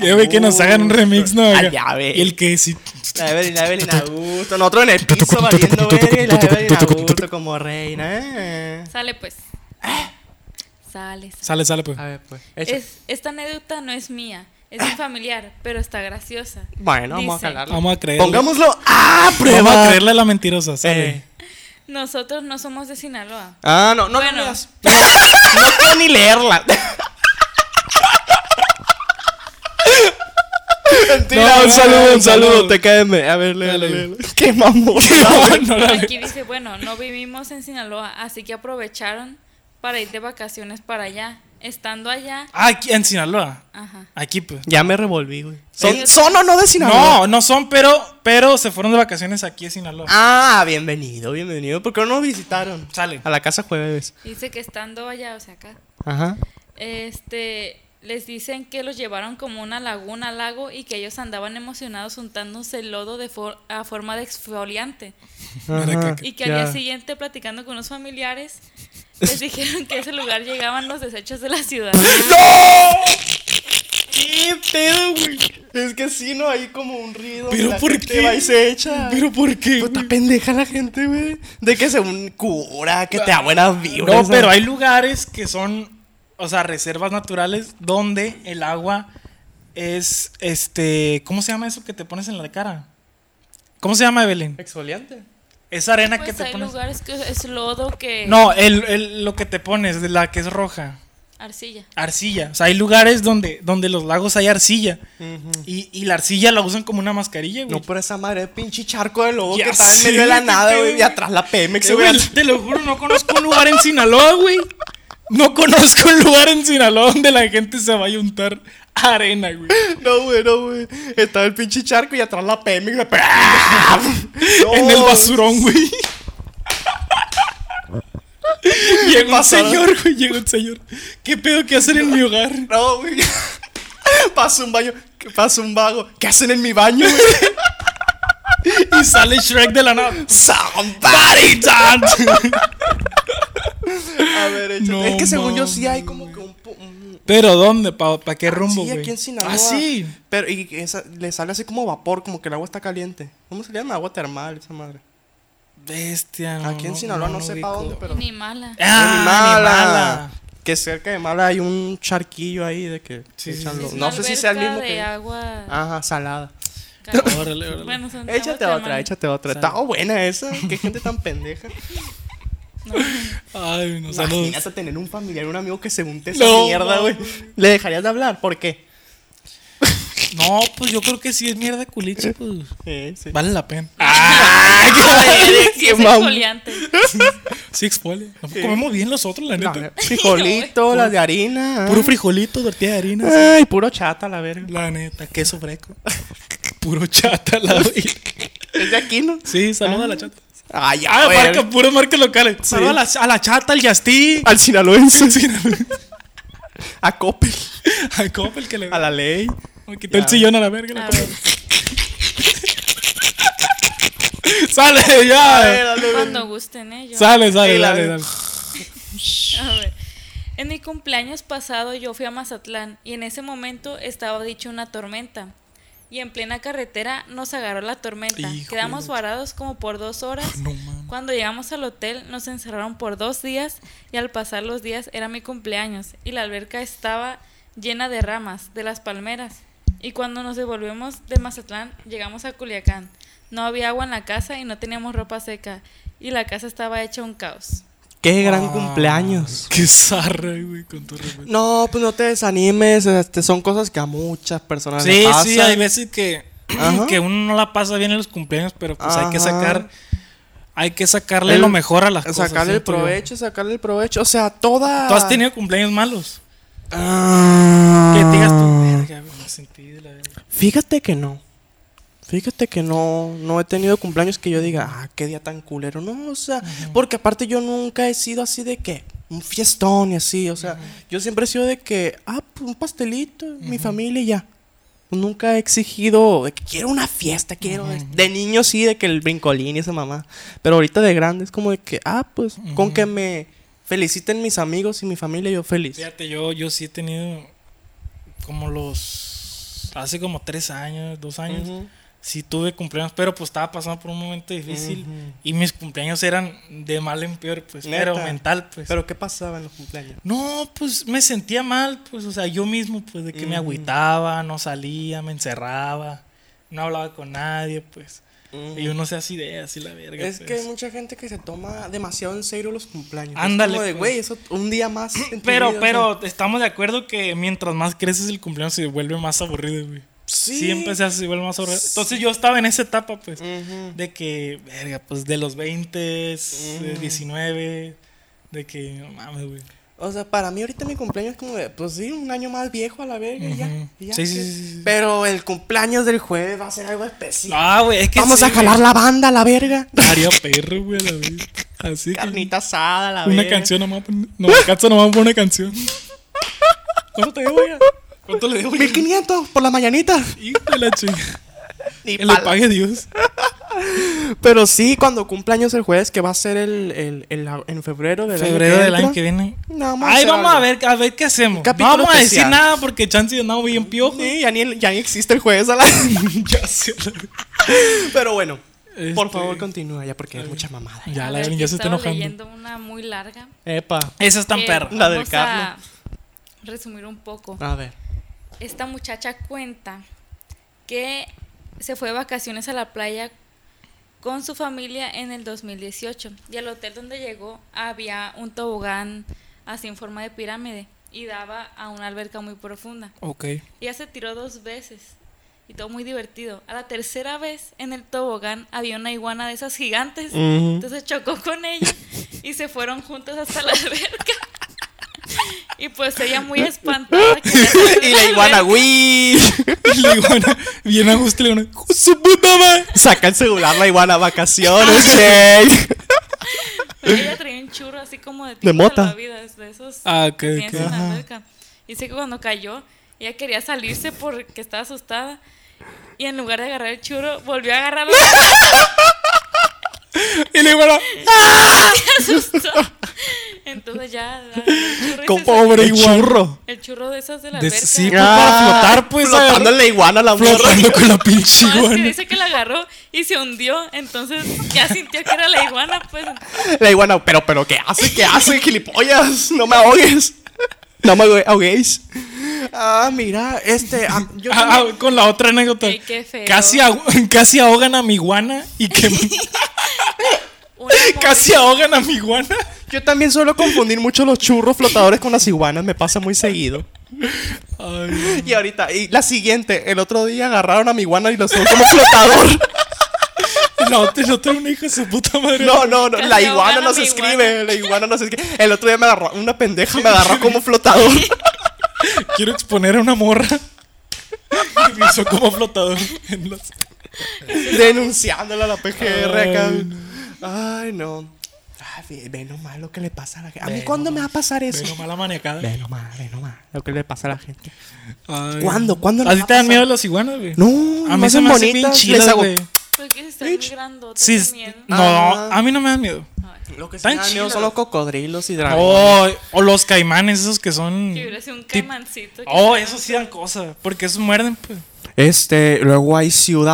Ya ve que nos hagan un remix, ¿no? Ah, Acá. ya ve. Y el que sí. La Evelyn, la Evelyn a gusto. Nosotros en el piso valiendo verga y la Evelyn a gusto como reina. eh. Sale pues. Sale. Sale, sale. sale, pues. A ver, pues. Es- esta anécdota no es mía, es un familiar, pero está graciosa. Bueno, vamos a Dice, calarlo. Vamos a Ah, creerle. Pongámoslo a prueba. Vamos a creerle a la mentirosa. Sale. Eh. Nosotros no somos de Sinaloa. Ah, no, no Bueno. la leas. No, no quiero ni leerla. Mentira, No, un no, saludo, no, un saludo. saludo. Te cáeme. A ver, léelo, Dale. léelo. Qué mamón. No, no, dale. Aquí dice, bueno, no vivimos en Sinaloa, así que aprovecharon para ir de vacaciones para allá. Estando allá, Ah, aquí en Sinaloa. ajá. Aquí, pues. Ya me revolví, güey. ¿Son, Eh, son o no de Sinaloa? No, no son, pero, pero se fueron de vacaciones aquí a Sinaloa. Ah, bienvenido, bienvenido. ¿Por qué no nos visitaron? Sale. A la casa jueves. Dice que estando allá, o sea, acá, Ajá. este, les dicen que los llevaron como una laguna, lago, y que ellos andaban emocionados untándose el lodo de for- a forma de exfoliante. Ajá, Y que ya. al día siguiente, platicando con unos familiares, les dijeron que a ese lugar llegaban los desechos de la ciudad. Pues ¡No! ¡Qué pedo, güey! Es que sí, ¿no? Hay como un ruido. ¿Pero la por gente qué? va y se echa. Pero ¿por qué? Puta güey? pendeja la gente, güey. De que se un cura, que Ah. te da buenas vibras. No, ¿sabes? pero hay lugares que son, o sea, reservas naturales donde el agua es, este, ¿cómo se llama eso que te pones en la cara? ¿Cómo se llama, Evelyn? Exfoliante. Esa arena que Pues te hay pones. lugares que es lodo que No, el, el- lo que te pones, de la que es roja, arcilla. arcilla. O sea, hay lugares donde, donde los lagos hay arcilla. y, y la arcilla la usan como una mascarilla, güey. No, por esa madre, pinche charco de lobo Ya que está en sé, medio de la güey, qué nada, pedo, güey. Y güey. atrás la Pemex, Eh, güey. güey, te lo juro, no conozco un lugar en Sinaloa, güey. No conozco un lugar en Sinaloa donde la gente se vaya a untar arena, güey. No, güey, no, güey. Estaba el pinche charco y atrás la Pemex. güey. No, en el basurón, güey. Llegó un Pasaron. señor, güey, llegó un señor. ¿Qué pedo que hacer en mi hogar? No, güey. Pasa un baño. ¿Qué pasa un vago? ¿Qué hacen en mi baño, güey? Y sale Shrek de la nada. Somebody ¡Tan! A ver, échate. No Es que según yo sí mames, hay como que un. po- un- ¿Pero dónde? ¿Para qué rumbo, sí, güey? aquí en Sinaloa. Ah, sí. Pero y esa- le sale así como vapor, como que el agua está caliente. ¿Cómo se llama? Agua termal, esa madre. Bestia, no, aquí en Sinaloa no, sé ubico. para dónde, pero. Ni mala. ¡Ah, Animala. Que cerca de Mala hay un charquillo ahí de que. Sí, echan sí, sí. lo- Es No una sé si sea el alberca mismo de que. agua Ajá, salada. caliente. Órale, órale. Bueno, son de Échate agua otra, termal. échate otra. Está buena esa. Qué gente tan pendeja. Ay, no, saludos. Imagínate tener un familiar, un amigo que se unte esa No, mierda, güey. ¿Le dejarías de hablar? ¿Por qué? No, pues yo creo que sí es mierda culichi, pues. Sí, sí. Vale la pena. Ah, Sí, es exfoliante. Sí, exfolia. No, Comemos bien los otros, la No, neta. frijolito, las de harina. ah. Puro frijolito, tortilla de harina. sí. Ay, puro chata, la verga. La neta, queso fresco. Puro chata la vida. Es de aquí, ¿no? Sí, saluda a la chata. Ay, Ah, güey. marca, puro marca locales. Saluda a la, a la chata, al Yastí. Al sinaloense. A Coppel. A Coppel que le A la ley. Me quitó el Ya. sillón a la verga. la A Coppel. ver, Sale, Ah. ya. cuando gusten, ¿eh? Yo- Sale, Y sale, la dale, ve- dale. A ver. En mi cumpleaños pasado yo fui a Mazatlán y en ese momento estaba dicha una tormenta. y en plena carretera nos agarró la tormenta. Híjole. Quedamos varados como por dos horas. No mames. Cuando llegamos al hotel nos encerraron por dos días y al pasar los días era mi cumpleaños y la alberca estaba llena de ramas, de las palmeras. Y cuando nos devolvemos de Mazatlán llegamos a Culiacán. No había agua en la casa y no teníamos ropa seca y la casa estaba hecha un caos. Qué gran Ah, cumpleaños. Qué zarra, güey, con todo respeto. No, pues no te desanimes. Este, son cosas que a muchas personas Sí, les pasan. sí, hay veces que, Ah, Ajá. que uno no la pasa bien en los cumpleaños, pero pues hay que Ajá. sacar, hay que sacarle El- lo mejor a las cosas. Sacarle el siento yo. provecho, sacarle el provecho. O sea, toda. ¿Tú has tenido cumpleaños malos? Ah. Que te digas tú, "Verga, güey, me sentí de la verga". Fíjate que no. Fíjate que no, no he tenido cumpleaños que yo diga, ah, qué día tan culero. No, o sea, porque aparte yo nunca he sido así de que un fiestón y así. O sea, yo siempre he sido de que, ah, pues un pastelito, mi familia y ya. Nunca he exigido de que quiero una fiesta, quiero. esto. De niño sí, de que el brincolín y esa mamá. Pero ahorita de grande es como de que, ah, pues con que me feliciten mis amigos y mi familia, yo feliz. Fíjate, yo, yo sí he tenido como los... Hace como tres años, dos años, Ujú. sí tuve cumpleaños, pero pues estaba pasando por un momento difícil Ujú. y mis cumpleaños eran de mal en peor, pues, pero Neta. mental, pues. Pero ¿qué pasaba en los cumpleaños? No, pues me sentía mal, pues, o sea, yo mismo, pues, de que me Mm. agüitaba, no salía, me encerraba, no hablaba con nadie, pues. Y uno se hace ideas y la verga. Es que pues. hay mucha gente que se toma demasiado en serio los cumpleaños. Ándale, Es como de, pues. güey, eso un día más. en tu Pero, vida", o sea. pero estamos de acuerdo que mientras más creces el cumpleaños se vuelve más aburrido, güey. Sí. Siempre se hace, se vuelve más aburrido. Entonces yo estaba en esa etapa, pues, Ujú. de que, verga, pues, de los 20, de 19, de que, no mames, güey. O sea, para mí ahorita mi cumpleaños es como de, pues sí, un año más viejo a la verga y ya, Ujú. y ya. Sí, sí, que- sí, sí, sí. Pero el cumpleaños del jueves va a ser algo especial. Ah, güey, es que. Vamos sí, a güey. jalar la banda a la verga. Haría perro, güey, a la vez. Así que. Carnita asada a la verga. Una canción nomás. pon- No me alcanza nomás por una canción. ¿Cuánto te debo, ya? ¿Cuánto le debo, ya? 1500 por la mañanita. Hijo de la chica. Y Que le pa'l- pague Dios. Pero sí, cuando cumpleaños el jueves, que va a ser el, el- el- en febrero del Febrero del año entra. que viene. No, vamos a Ay, hacer vamos a algo. ver, a ver qué hacemos. No capítulo vamos a decir especial. nada porque chance yo andamos bien piojo. Sí, ya ni, ya ni existe el jueves a la ya, sé, la verga. Pero bueno, por Este- favor continúa ya porque es mucha mamada. ya, A la ver, verga, yo ya se está estaba enojando. leyendo una muy larga. Epa. Esa es tan que perra. La del vamos a Carlos. resumir un poco. A ver. Esta muchacha cuenta que se fue de vacaciones a la playa con su familia en el 2018 y al hotel donde llegó había un tobogán así en forma de pirámide y daba a una alberca muy profunda. Ok. Ella se tiró dos veces y todo muy divertido. A la tercera vez en el tobogán había una iguana de esas gigantes. Ujú. Entonces chocó con ella y se fueron juntos hasta la alberca. Y pues ella muy espantada. quería salir de y la iguana, alberca. güey. Y le digo, bueno, bien a gusto, le digo, Su puta madre. Ah, Saca el celular la iguana, vacaciones, güey. Ella traía un churro así como de, tipo mota. salvavidas, de esos ah, ok, que tienes ok. en la alberca. Dice que cuando cayó, ella quería salirse porque estaba asustada. Y en lugar de agarrar el churro, volvió a agarrar la Y le digo, bueno, asustó. Entonces ya agarró el churro, y se sacó. pobre El iguana. churro. el churro de esas de la De- alberca. sí, No, pues, para flotar, pues. Ah, Flotando agarró- la iguana, la morra. flotando con la pinche es que iguana. dice que la agarró y se hundió, entonces ya sintió que era la iguana, pues. La iguana, pero, pero, ¿qué hace? ¿Qué hace, gilipollas? No me ahogues. No me ahogue- ahoguéis. Ah, mira, este. ah, yo Ah, ah, con la otra anécdota. Ey, qué feo. Casi, ahu- casi ahogan a mi guana y que Una casi ahogan a mi guana. Yo también suelo confundir mucho los churros flotadores con las iguanas, me pasa muy seguido. Ay, Y ahorita, y la siguiente, el otro día agarraron a mi iguana y lo usó como flotador. la otra, la otra una hija de su puta madre. No, no, no, la Casi iguana ahogan a no se mi escribe, la iguana no se escribe. El otro día me agarró, una pendeja me agarró como flotador. Quiero exponer a una morra. Y me hizo como flotador. en las- Denunciándola a la PGR acá. Ay, Ay, no. Ay, ve- ve nomás lo que le pasa a la gente. ¿A Ve mí cuándo me va a pasar eso? Ve nomás la maniacada. Ve nomás, ve nomás lo que le pasa a la gente. Ay. ¿Cuándo? ¿Cuándo ¿A nos ti va a te dan pasar? miedo las iguanas, güey? No, A mí no se son me hacen bien bonitas, les chidas, hago- güey. Porque están muy grandotes Sí, de es- miedo. no, Ah. a mí no me dan miedo. Lo que sí Tan me da miedo chidas. son los cocodrilos y dragones. O, Oh, o los caimanes, esos que son. Que hubiera sido un tip- caimancito. que Oh, fuera- esos sí dan cosas. Porque esos muerden, pues. Este, luego hay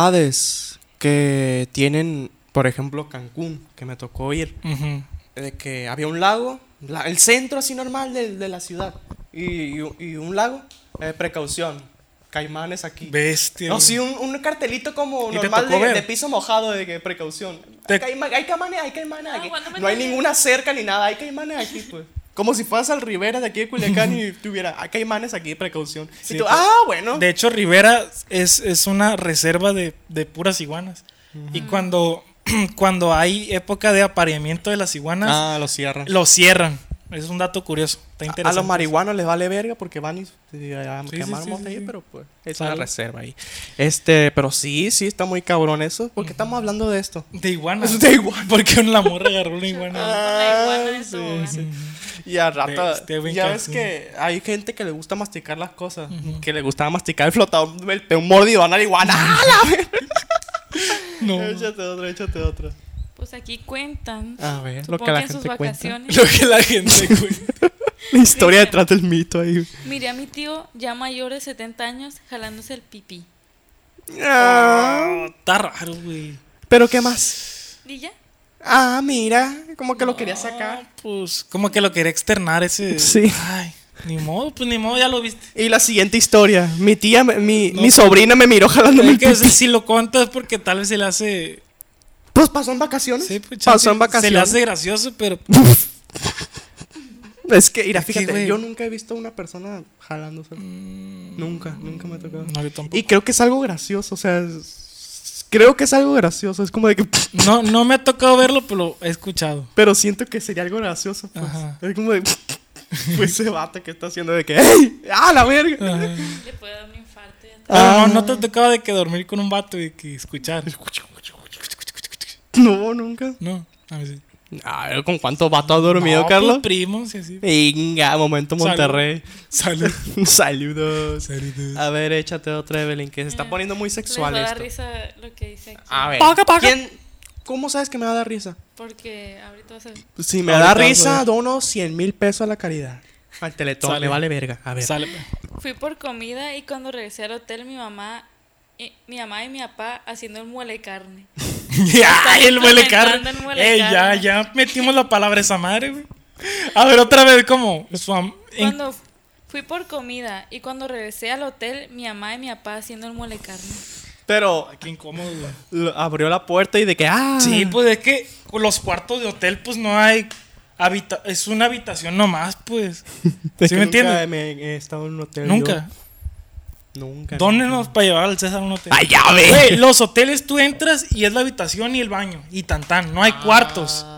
ciudades que tienen, por ejemplo, Cancún, que me tocó ir, Ujú. de que había un lago, la- el centro así normal de, de la ciudad, y, y- y un lago, eh, precaución, caimanes aquí. Bestia. No, güey. sí, un, un cartelito como eh, ¿Y te normal tocó de, ver? de piso mojado de que precaución. Te- Hay, caima- hay caimanes, hay caimanes Ah, aquí. cuando me No hay enteré. ninguna cerca ni nada, hay caimanes aquí, pues. Como si fueras al Rivera de aquí de Culiacán y tuviera, hay caimanes aquí, precaución. Sí, y tú, pues, ah, bueno. De hecho, Rivera es, es una reserva de, de puras iguanas. Y cuando, cuando hay época de apareamiento de las iguanas, ah, lo cierran. lo cierran. Es un dato curioso. Está A, a interesante. los marihuanos les vale verga porque van y y, ah, Sí, sí, quemar sí, mota sí, ahí, sí. pero pues es Salud. una reserva ahí. Este, pero sí, sí, está muy cabrón eso. ¿Por qué estamos hablando de esto? De iguanas. Es de iguana. Porque una morra agarró una iguana. la iguana de Ah, sí, tobogán. sí. Y al rato, Este, este buen ya ves Cancún. que hay gente que le gusta masticar las cosas. Que le gustaba masticar el flotador, el peón mordido, van a la iguana. ¡Ah, la ver- No. Échate otra, échate otra. Pues aquí cuentan. A ver, Ah, lo Supongo que la en sus gente cuenta. vacaciones. Lo que la gente, güey. La historia detrás del mito ahí. Miré a mi tío ya mayor de 70 años jalándose el pipí. Ah, Está raro, güey. Pero qué más. ¿Y ya? Ah, mira, como que lo quería sacar. Ah, pues, como que lo quería externar ese. Sí. Ay, ni modo, pues ni modo, ya lo viste. Y la siguiente historia, mi tía, me- mi, No, mi pero- sobrina me miró jalándome el Es que pipí. si lo cuento es porque tal vez se le hace. Pues pasó en vacaciones. Sí, pues, pasó en chance, Se le vacaciones. hace gracioso, pero. Es que, mira, Es que, fíjate, güey. Mm. yo nunca he visto a una persona jalándose. Nunca, nunca me ha tocado. No, yo tampoco. Y creo que es algo gracioso, o sea, es- creo que es algo gracioso, es como de que... No, no me ha tocado verlo, pero lo he escuchado. Pero siento que sería algo gracioso, pues. Ajá. Es como de... Pues ese vato que está haciendo de que... ¡Ey! ¡Ah, la verga! Ajá. Le puede dar un infarto. y Pero Ah. no, no te ha tocado de que dormir con un vato y que escuchar. No, nunca. No, a ver sí. A ver, ¿con cuántos vatos has dormido, No, Carlos? pues, primos y así. Venga, momento Salud. Monterrey. Salud. Saludos. Saludos. A ver, échate otra, Evelyn, que se está poniendo muy Eh, Les va a sexual dar esto. Ah, risa lo que dice aquí. A ver. Paga, paga. ¿Quién? ¿Cómo sabes que me va a dar risa? Porque ahorita vas a ver. Pues Si me Ahorita da vas a risa, ver. dono 100 mil pesos a la caridad. Al teletón. Sale. Me vale verga. A ver. Sale. Fui por comida y cuando regresé al hotel mi mamá y, mi mamá y mi papá haciendo el muele carne. ya, el huele carne. implementando el huele Ey, ya, carne. ya metimos la palabra esa madre, güey. A ver, otra vez, como. Su am- en- Cuando f- fui por comida y cuando regresé al hotel mi mamá y mi papá haciendo el muele carne. Pero Qué incómodo, güey. lo- abrió la puerta y de que, ah. Sí, pues es que los cuartos de hotel, pues no hay. habita- es una habitación nomás, pues. Es ¿Sí que me nunca entiendes? me he estado en un hotel. Nunca. yo. Nunca. Dónenos para llevar al César a un hotel. ¡Ay, ya Güey, ve! los hoteles tú entras y es la habitación y el baño. Y tan tan, no hay cuartos. Ah,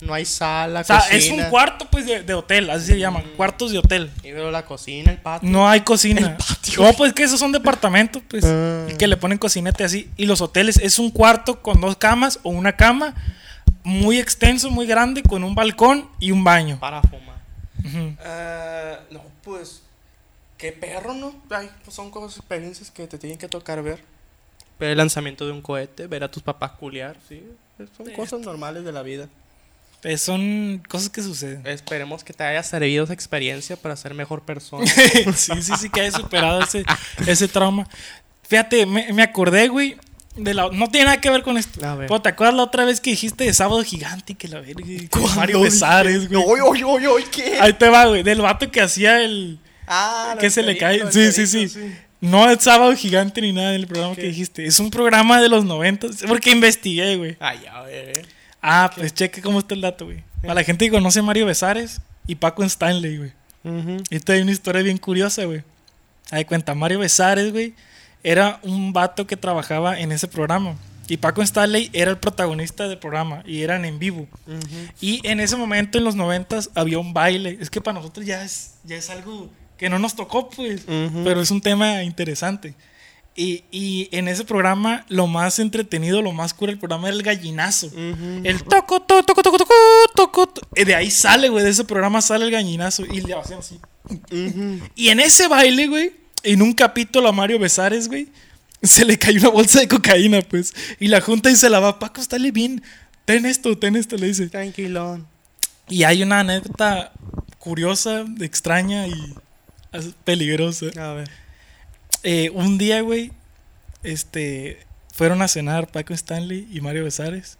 No hay sala, O sea, cocina. es un cuarto pues de, de hotel, así se llaman, cuartos de hotel. Y veo la cocina, el patio. No hay cocina. No, pues que esos son departamentos, pues. Ah. Que le ponen cocinete así. Y los hoteles es un cuarto con dos camas o una cama muy extenso, muy grande, con un balcón y un baño. Para fumar. Ujú. Ah, no, pues. Qué perro, ¿no? Ay, pues son cosas, experiencias que te tienen que tocar ver. Ver el lanzamiento de un cohete, ver a tus papás culiar, sí. Son cosas normales de la vida. Pues, son cosas que suceden. Esperemos que te haya servido esa experiencia para ser mejor persona. sí, sí, sí, que hayas superado ese, ese trauma. Fíjate, me, me acordé, güey. De la, no tiene nada que ver con esto. A ver. Pero, ¿Te acuerdas la otra vez que dijiste de sábado gigante? Que la verga. que ¿Cuándo Mario dije? Besares, güey. oye, oye, oye, oye, ¿qué? Ahí te va, güey. Del vato que hacía el. ah, que los se le peritos, cae. los Sí, sí, sí, peritos, No es sábado gigante ni nada del programa Ok. que dijiste. Es un programa de los 90. Porque investigué, güey. Ay, a ver, eh. Ah, pues cheque cómo está el dato, güey. Para la gente que conoce a Mario Besares y Paco Stanley, güey. Esta hay una historia bien curiosa, güey. Haz de cuenta, Mario Besares, güey, era un vato que trabajaba en ese programa. Y Paco Stanley era el protagonista del programa y eran en vivo. Y en ese momento, en los noventas, había un baile. Es que para nosotros ya es, ya es algo que no nos tocó, pues, Ujú. pero es un tema interesante. Y, y en ese programa, lo más entretenido, lo más cura del programa era el gallinazo. El toco, toco, toco, toco, toco, toco. to- eh, De ahí sale, güey, de ese programa sale el gallinazo y le hacían así. Y en ese baile, güey, en un capítulo a Mario Besares, güey, se le cayó una bolsa de cocaína, pues. Y la junta y se la va, Paco, estále bien. Ten esto, ten esto, le dice. Tranquilón. Y hay una anécdota curiosa, extraña y as- peligrosa. A ver. Eh, un día, güey, este, fueron a cenar Paco Stanley y Mario Besares.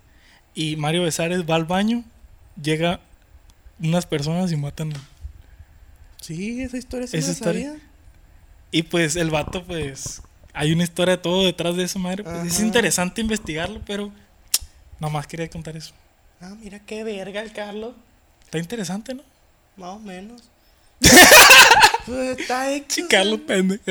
Y Mario Besares va al baño, llega unas personas y matan. Sí, esa historia sí Esa me la historia. sabía. Y pues el vato, pues, hay una historia de todo detrás de eso, madre. Pues, es Ajá. interesante investigarlo, pero nomás quería contar eso. Ah, mira qué verga el Carlos. Está interesante, ¿no? Más o menos. Pues, Está hecho. Sí, Carlos pendejo.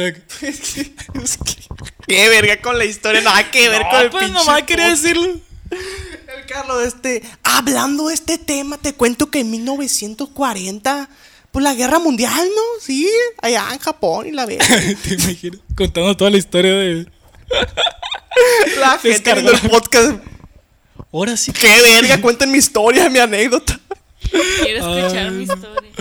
Qué verga con la historia, nada que ver con el No, pues pinche nomás quería podcast. decirlo. El Carlos, este, hablando de este tema, te cuento que en 1940, pues la guerra mundial, ¿no? Sí, allá en Japón y la verga. Te imagino contando toda la historia de. La gente Descargó viendo el podcast. Ahora sí. Qué verga, cuenten mi historia, mi anécdota. Quiero escuchar Ay. mi historia.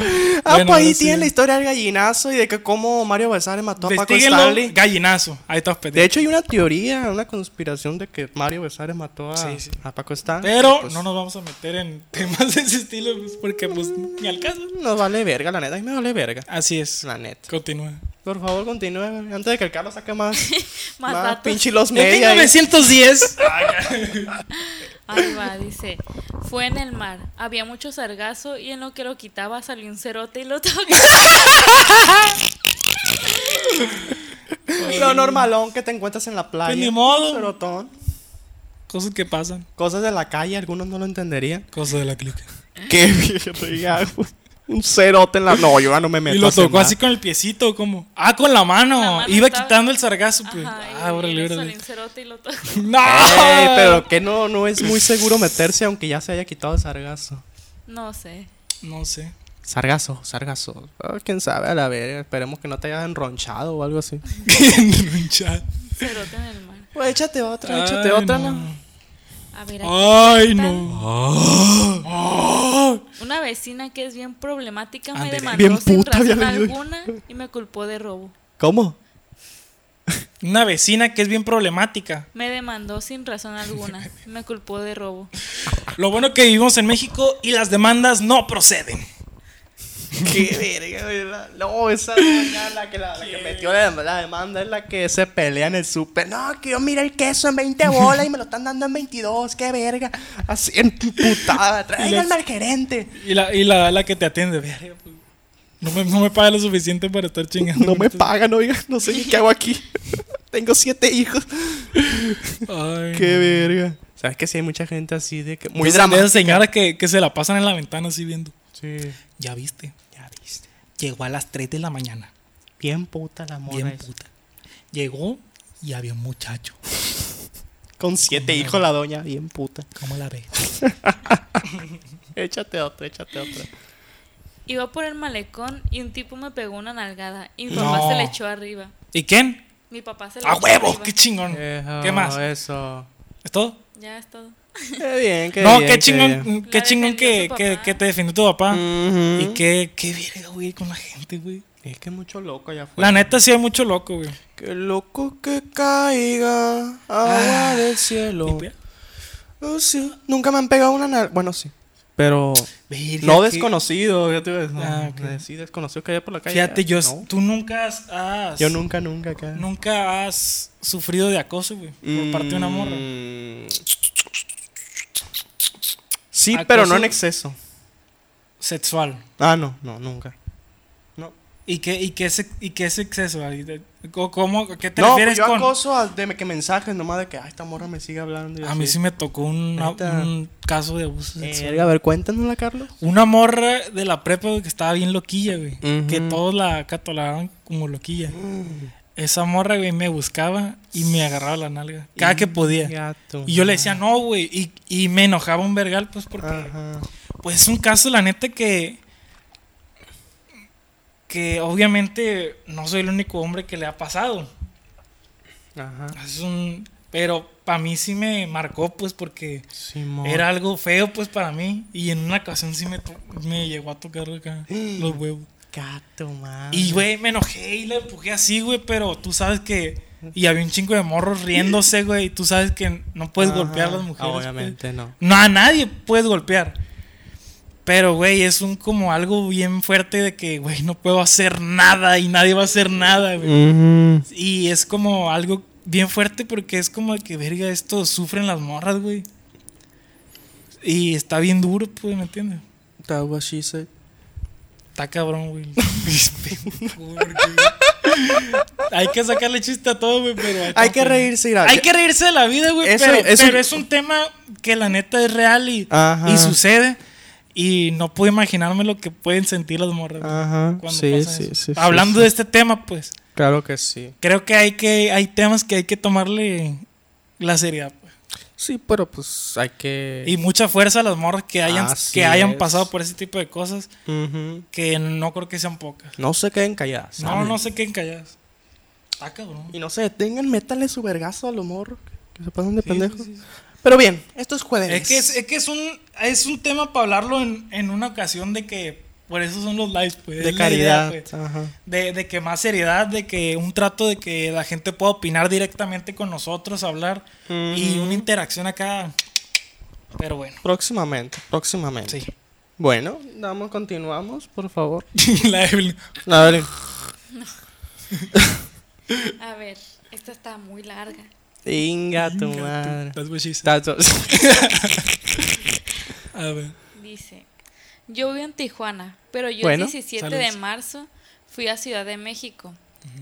Ah, Bueno, pues ahí ahora sí. tienen la historia del gallinazo y de que cómo Mario Besares mató a Paco Investíguenlo. Stanley. Gallinazo. Ahí estás De pendejo. hecho, hay una teoría, una conspiración de que Mario Besares mató a, Sí, sí. a Paco Stanley. Pero Pues, no nos vamos a meter en temas de ese estilo, pues, porque pues ni al caso. Nos vale verga, la neta. A mí me vale verga. Así es. La neta. Continúa. Pues, Por favor, continúe antes de que el Carlos saque más. Más más datos. pinche los Yo tengo media. ahí. 910. Ahí va, dice. Fue en el mar. Había mucho sargazo y en lo que lo quitaba salió un cerote y lo tocó. Lo normalón que te encuentras en la playa. Pues ni modo. Cerotón. Cosas que pasan. Cosas de la calle, algunos no lo entenderían. Cosas de la clica. Qué verga, güey. Un cerote en la. No, yo ya no me meto. Y a lo hacer tocó nada. así con el piecito, como. Ah, con la mano. La mano Iba estaba- quitando el sargazo, pues. Ajá, ah, y- y órale, le salió órale. un cerote y lo tocó. No. Ey, pero que no, no es muy seguro meterse aunque ya se haya quitado el sargazo. No sé. No sé. Sargazo, sargazo. Ah, Quién sabe, a la verga. Esperemos que no te hayas enronchado o algo así. Enrunchado. Cerote en el mar. Pues échate otra, Ay, échate otra, no. ¿no? A ver, Ah. aquí. Ay, no. Ah. Ah. Una vecina que es bien problemática me Ándele. demandó Bien sin puta había razón venido. alguna y me culpó de robo. ¿Cómo? Una vecina que es bien problemática. Me demandó sin razón alguna. Me culpó de robo. Lo bueno que vivimos en México y las demandas no proceden. Qué verga, güey, la- No, esa no, ya, la que, la, la que metió la, la demanda es la que se pelea en el súper. No, que yo mira el queso en 20 bolas y me lo están dando en 22, qué verga. Así en putada, tráiganme al gerente. Y la, y la, la que te atiende, verga, pues, no me, no me paga lo suficiente para estar chingando. No me pagan, oiga, no sé ni qué hago aquí. Tengo siete hijos. Ay, Qué verga. ¿Sabes que sí hay mucha gente así de que. no. Muy Esa- de Esas dramática. señoras que, que se la pasan en la ventana así viendo. Sí, Ya viste, ya viste. llegó a las 3 de la mañana. Bien puta la mona. Bien esa. puta. Llegó y había un muchacho. Con siete hijos la doña, bien puta. ¿Cómo la ves? Échate otra, échate otra. Iba por el malecón y un tipo me pegó una nalgada y mi papá No. se le echó arriba. ¿Y quién? Mi papá se le ¡A echó huevo! arriba. ¡Qué chingón! Eh, ¿Qué más? Eso. ¿Es todo? Ya es todo. Qué bien, qué no, bien, qué chingón, bien. Mm. qué La chingón que, defendió su que- papá. que te defendió tu papá. Ujú. Y qué, qué verga, güey, con la gente, güey. Es que mucho loco allá afuera. La neta sí hay mucho loco, güey. Qué loco que caiga agua Ah. del cielo. Oh, sí. Nunca me han pegado una nal- Bueno, sí. Pero. Verga, No qué- desconocido, yo te iba a decir, no, Ah, ok. de- Sí, desconocido que haya por la calle. Fíjate, yo, no. tú nunca has, has- Yo nunca, nunca acá. nunca has sufrido de acoso, güey, por parte de una morra. Mm. Sí, Acoso- pero no en exceso. Sexual. Ah, no, no, nunca. No. ¿Y qué, y qué, es, y qué es exceso? ahí? ¿Cómo, cómo- qué te No, pues refieres yo con...? acoso a- de que mensajes nomás de que, ay, esta morra me sigue hablando. y A mí así. sí me tocó un, Neta. un caso de abuso sexual. Verga, a ver, cuéntanosla, Carlos. Una morra de la prepa güey, que estaba bien loquilla, güey. Ujú. Mm. Que todos la catalogaban como loquilla. Esa morra, güey, me buscaba y me agarraba la nalga. Cada que podía. Gato. Y yo le decía, no, güey. Y, y me enojaba un vergal, pues, porque. Ajá. Pues es un caso, la neta, que. Que obviamente no soy el único hombre que le ha pasado. Ajá. Es un. Pero para mí sí me marcó, pues, porque. Simón. Era algo feo, pues, para mí. Y en una ocasión sí me, to- me llegó a tocar acá los huevos. Gato, man. Y, güey, me enojé y la empujé así, güey, pero tú sabes que... Y había un chingo de morros riéndose, güey, y tú sabes que no puedes golpear a las mujeres. pues. Obviamente no. No, a nadie puedes golpear. Pero, güey, es un como algo bien fuerte de que, güey, no puedo hacer nada y nadie va a hacer nada, güey. Y es como algo bien fuerte porque es como que, verga, esto sufren las morras, güey. Y está bien duro, pues, ¿me entiendes? That's what she said. Está cabrón, güey. Porque hay que sacarle chiste a todo, güey, pero... Hay que reírse, mira. Hay que reírse de la vida, güey, Eso- pero, eso- pero es un tema que la neta es real y, Ajá. y sucede. Y no puedo imaginarme lo que pueden sentir las morras. güey, Ajá. cuando Ah, Sí, pasa sí, eso. sí, sí. Hablando sí. de este tema, pues, Claro que sí. creo que hay, que hay temas que hay que tomarle la seriedad, pues. Sí, pero pues hay que. Y mucha fuerza a las morras que hayan, Así que hayan es. pasado por ese tipo de cosas, Ujú. que no creo que sean pocas. No se queden calladas. No, ¿saben? no sé qué calladas. Ah, cabrón. Y no se detengan, métanle su vergazo al humor. Que se pasan de Sí, pendejos. sí, sí, sí. Pero bien, esto es jueves. Es que es, es que es un es un tema para hablarlo en, en una ocasión de que por eso son los lives, pues. de es la idea, caridad. pues. Ajá. de, de que más seriedad, de que un trato de que la gente pueda opinar directamente con nosotros, hablar y Ujú. una interacción acá. Pero bueno, Próximamente, próximamente. sí. Bueno, damos, continuamos, por favor. La Evelyn. A ver. A ver, esta está muy larga. Inga tu madre. That's what she said. That's what- A ver. Dice, yo vivo en Tijuana, pero yo Bueno, el 17 saludos. de marzo fui a Ciudad de México.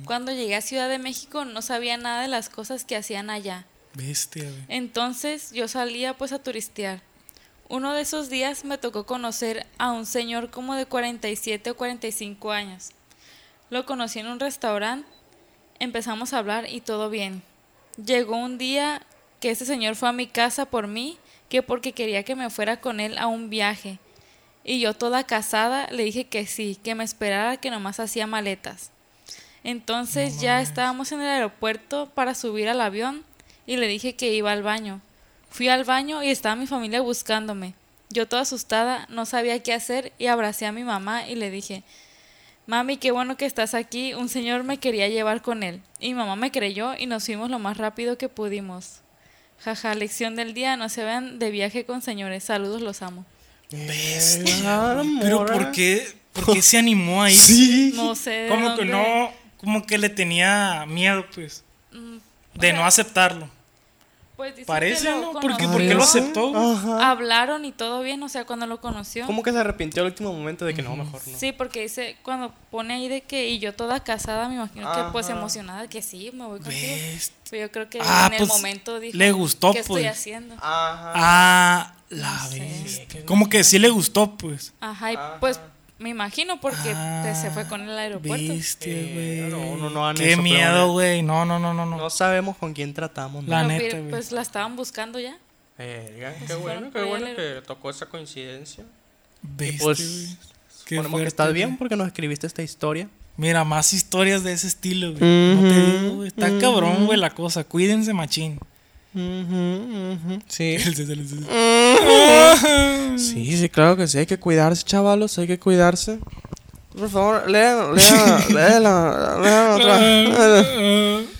Cuando llegué a Ciudad de México no sabía nada de las cosas que hacían allá. Bestia, güey. Entonces yo salía pues a turistear. Uno de esos días me tocó conocer a un señor como de 47 o 45 años. Lo conocí en un restaurante, empezamos a hablar y todo bien. Llegó un día que ese señor fue a mi casa por mí, que porque quería que me fuera con él a un viaje. Y yo toda casada le dije que sí, que me esperara que nomás hacía maletas. Entonces ya estábamos en el aeropuerto para subir al avión y le dije que iba al baño. Fui al baño y estaba mi familia buscándome. Yo toda asustada, no sabía qué hacer y abracé a mi mamá y le dije, mami, qué bueno que estás aquí, un señor me quería llevar con él. Y mi mamá me creyó y nos fuimos lo más rápido que pudimos. Jaja, lección del día, no se vean de viaje con señores, saludos, los amo. Bestia. Ah, güey. Pero morra. ¿por qué, por qué se animó ahí? Sí. No sé. de Como que dónde- no, como que le tenía miedo, pues, Mm, de no aceptarlo. Pues dice que Parece, ¿no? lo Porque, conoció. ¿por qué lo aceptó? güey? Ajá. Hablaron y todo bien, o sea, cuando lo conoció. Como que se arrepintió al último momento de que no, mejor no. Sí, porque dice, cuando pone ahí de que, y yo toda casada, me imagino que pues Ajá. emocionada, que sí, me voy contigo. Bestia. Pero yo creo que Ah, en pues, el momento dijo, le gustó, ¿qué estoy pues. haciendo? Ajá. Ah, la sé. bestia. Como que sí le gustó, pues. Ajá, y pues me imagino porque te- se fue con el aeropuerto. Bestia, Eh, güey. no, no, no hagan Qué eso, miedo, plebona. güey. No, no, no, no, No no. sabemos con quién tratamos. ¿no? La Pero, neta, pues, güey. pues la estaban buscando ya. Eh, digan, qué fueron bueno, qué por ahí bueno al que tocó esa coincidencia. Bestia, pues, güey. Qué Suponemos que fuerte, estás güey. bien pues. porque nos escribiste esta historia. Mira, más historias de ese estilo, güey. No te digo, güey. Está cabrón, güey, la cosa. Cuídense, machín. Sí. Pero Sí, sí, claro que sí. Hay que cuidarse, chavalos. Hay que cuidarse. Por favor, lean, lean, lean, la- lean otra.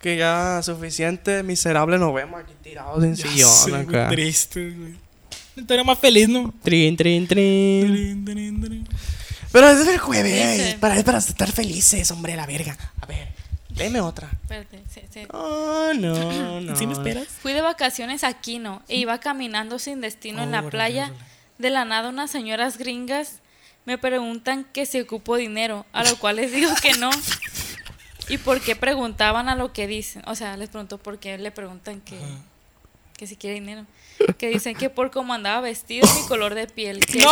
que ya suficiente miserable nos vemos aquí tirados en sillón acá. Triste, güey. Estaría más feliz, ¿no? Trin, trin, trin. Trin, trin, trin. Pero es el jueves. Ese. Para, es para estar felices, hombre, la verga. A ver, deme otra. Espérate, se- se- Oh, no, no. ¿Sí me esperas? Fui de vacaciones a Quino e iba caminando sin destino en la Órale, playa. órale. De la nada unas señoras gringas me preguntan que si ocupo dinero, a lo cual les digo que no. ¿Y por qué preguntaban a lo que dicen? O sea, les pregunto por qué le preguntan que, que si quiere dinero. Que dicen que por cómo andaba vestido y mi color de piel. que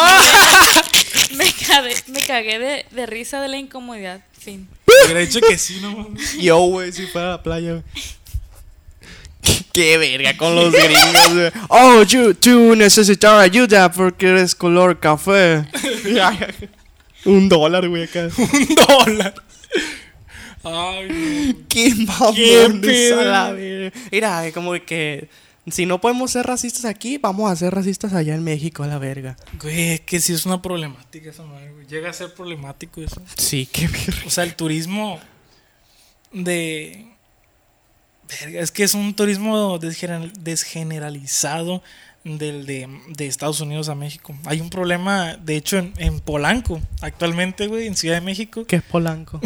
me, cagué, me cagué de, de risa de la incomodidad. Fin. Hubiera dicho que sí, no mames. Yo, güey, si fuera a la playa, güey. Qué verga con los gringos, güey. Oh, you, tú necesitas ayuda porque eres color café. Un dólar, güey, acá. un dólar. Ay, no. Qué Qué mamón pedo. Mira, eh, como que si no podemos ser racistas aquí, vamos a ser racistas allá en México, a la verga. Güey, es que sí es una problemática esa madre, güey. Llega a ser problemático eso. Sí, qué verga. O sea, el turismo de. Verga, es que es un turismo desgeneral- desgeneralizado del de, de Estados Unidos a México. Hay un problema, de hecho, en, en Polanco, actualmente, güey, en Ciudad de México. Que es Polanco.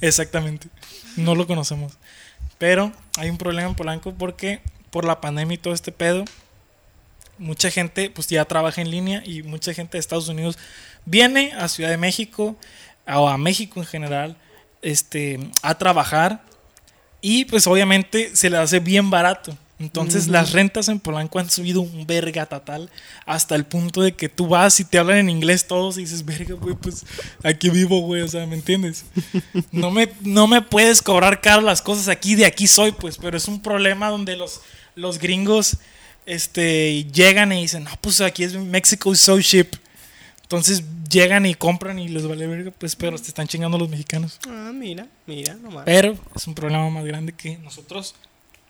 Exactamente. No lo conocemos. Pero hay un problema en Polanco porque por la pandemia y todo este pedo, mucha gente pues ya trabaja en línea y mucha gente de Estados Unidos viene a Ciudad de México o a México en general este, a trabajar y pues obviamente se le hace bien barato. Entonces las rentas en Polanco han subido un verga tatal hasta el punto de que tú vas y te hablan en inglés todos y dices, verga, güey, pues aquí vivo, güey, o sea, ¿me entiendes? No me, no me puedes cobrar caro las cosas aquí, de aquí soy, pues, pero es un problema donde los, los gringos este, llegan y dicen, no, pues aquí es Mexico So Ship. Entonces llegan y compran y les vale verga, pues, pero te están chingando los mexicanos. Ah, mira, mira, nomás. Pero es un problema más grande que nosotros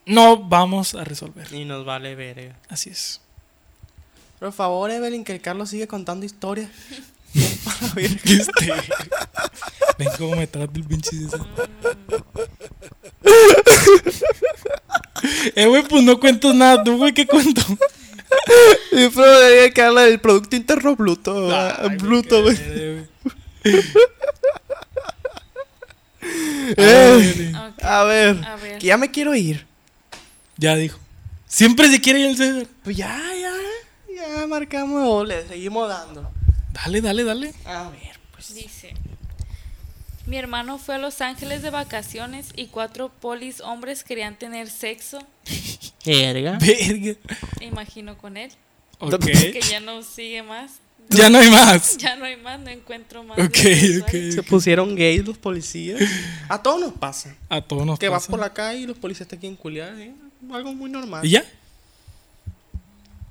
no vamos a resolver. Y nos vale verga. Así es. Por favor, Evelyn, que el Carlos sigue contando historias. Este, Ven cómo me trata el pinche César. Eh, güey, pues no cuentas nada. ¿Tú, güey, qué cuento? Y probablemente que habla del Producto Interno Bruto. Ay, güey, bruto, güey. qué- Eh, Ay, güey. Ok, a ver, A ver. que ya me quiero ir. Ya dijo. Siempre se quiere ir el César. Pues ya, ya, ya marcamos o le seguimos dando. Dale, dale, dale. A ver, pues. Dice. Mi hermano fue a Los Ángeles de vacaciones y cuatro polis hombres querían tener sexo, Verga. Verga. me imagino con él, Ok. que ya no sigue más, Ya no hay más. ya no hay más, no encuentro más. Ok, de ok. sexuales. Se pusieron gays los policías. A todos nos pasa. A todos nos Que vas pasa. por la calle y los policías te quieren culiar. ¿eh? Algo muy normal. ¿Y ya?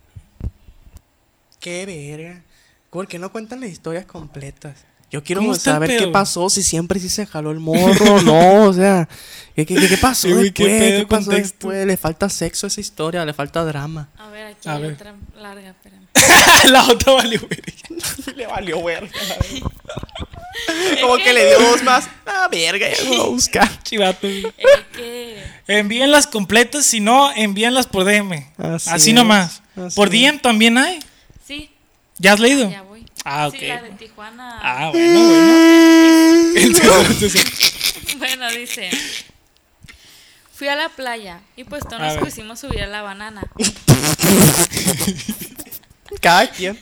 Qué verga. ¿Por qué no cuentan las historias completas? Yo quiero ¿Cómo está el saber qué pedo? pasó, si siempre sí se jaló el morro, no, o sea, ¿qué, qué, qué- qué pasó Sí, güey, qué después? ¿Qué, pedo, pasó contexto. después? Le falta sexo a esa historia, le falta drama. A ver, aquí A hay ver. otra larga, espérame. la otra valió verga. le valió verga. la verga. Como que le dio dos más. Ah, verga, ya lo voy a buscar. Chivato. güey. Es Eh, que Envíenlas completas, si no, envíenlas por DM. Así Así, es, nomás. así por es. DM también hay. sí, ¿Ya has leído? ya voy. Ah, Sí, ok. la de Tijuana. Ah, bueno, bueno. Entonces, Bueno, dice. Fui a la playa y pues todos A nos ver. pusimos subir a la banana. Cada quien.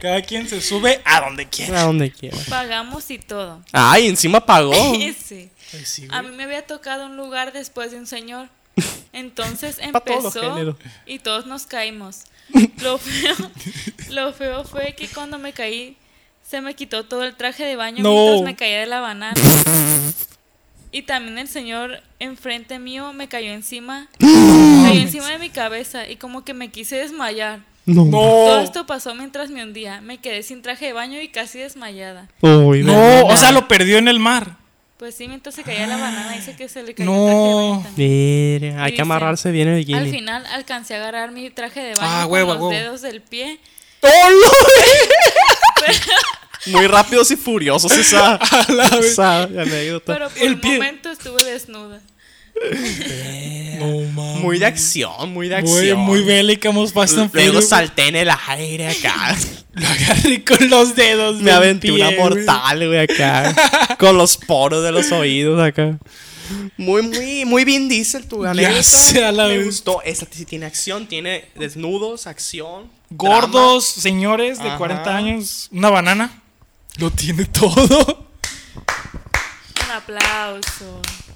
cada quien se sube a donde quiera. A donde quiera. Pagamos y todo. Ay, encima pagó. Oh. Sí. Pues sí, güey. A mí me había tocado un lugar después de un señor. Entonces Pa' todos los géneros. empezó y todos nos caímos. Lo feo, lo feo fue que cuando me caí se me quitó todo el traje de baño No. mientras me caía de la banana. Y también el señor enfrente mío me cayó encima, me cayó encima de mi cabeza y como que me quise desmayar. No. Todo No, esto pasó mientras me hundía. Me quedé sin traje de baño y casi desmayada. Uy, no, o sea, lo perdió en el mar. Pues sí, mientras se caía la banana, dice que se le cayó No. el traje de baño también. Verga, hay que Dice, amarrarse bien el Al guinea. final alcancé a agarrar mi traje de baño Ah, con huevo, los huevo. dedos del pie. ¡Oh, Muy rápidos y furiosos esa, esa anécdota. Pero por El un pie. momento estuve desnuda. No, mames. Muy de acción, muy de Muy, acción. muy bélica, hemos Fast and Luego Furious. salté en el aire acá. Lo agarré con los dedos. Me del aventé una pie, güey. mortal, güey, acá. Con los poros de los oídos acá. Muy, muy, muy bien Diesel tu anécdota. sé, a la Me vez. gustó. Esa sí tiene acción, tiene desnudos, acción. Gordos, señores de Ajá. 40 años, una banana. Lo tiene todo. Un aplauso. drama.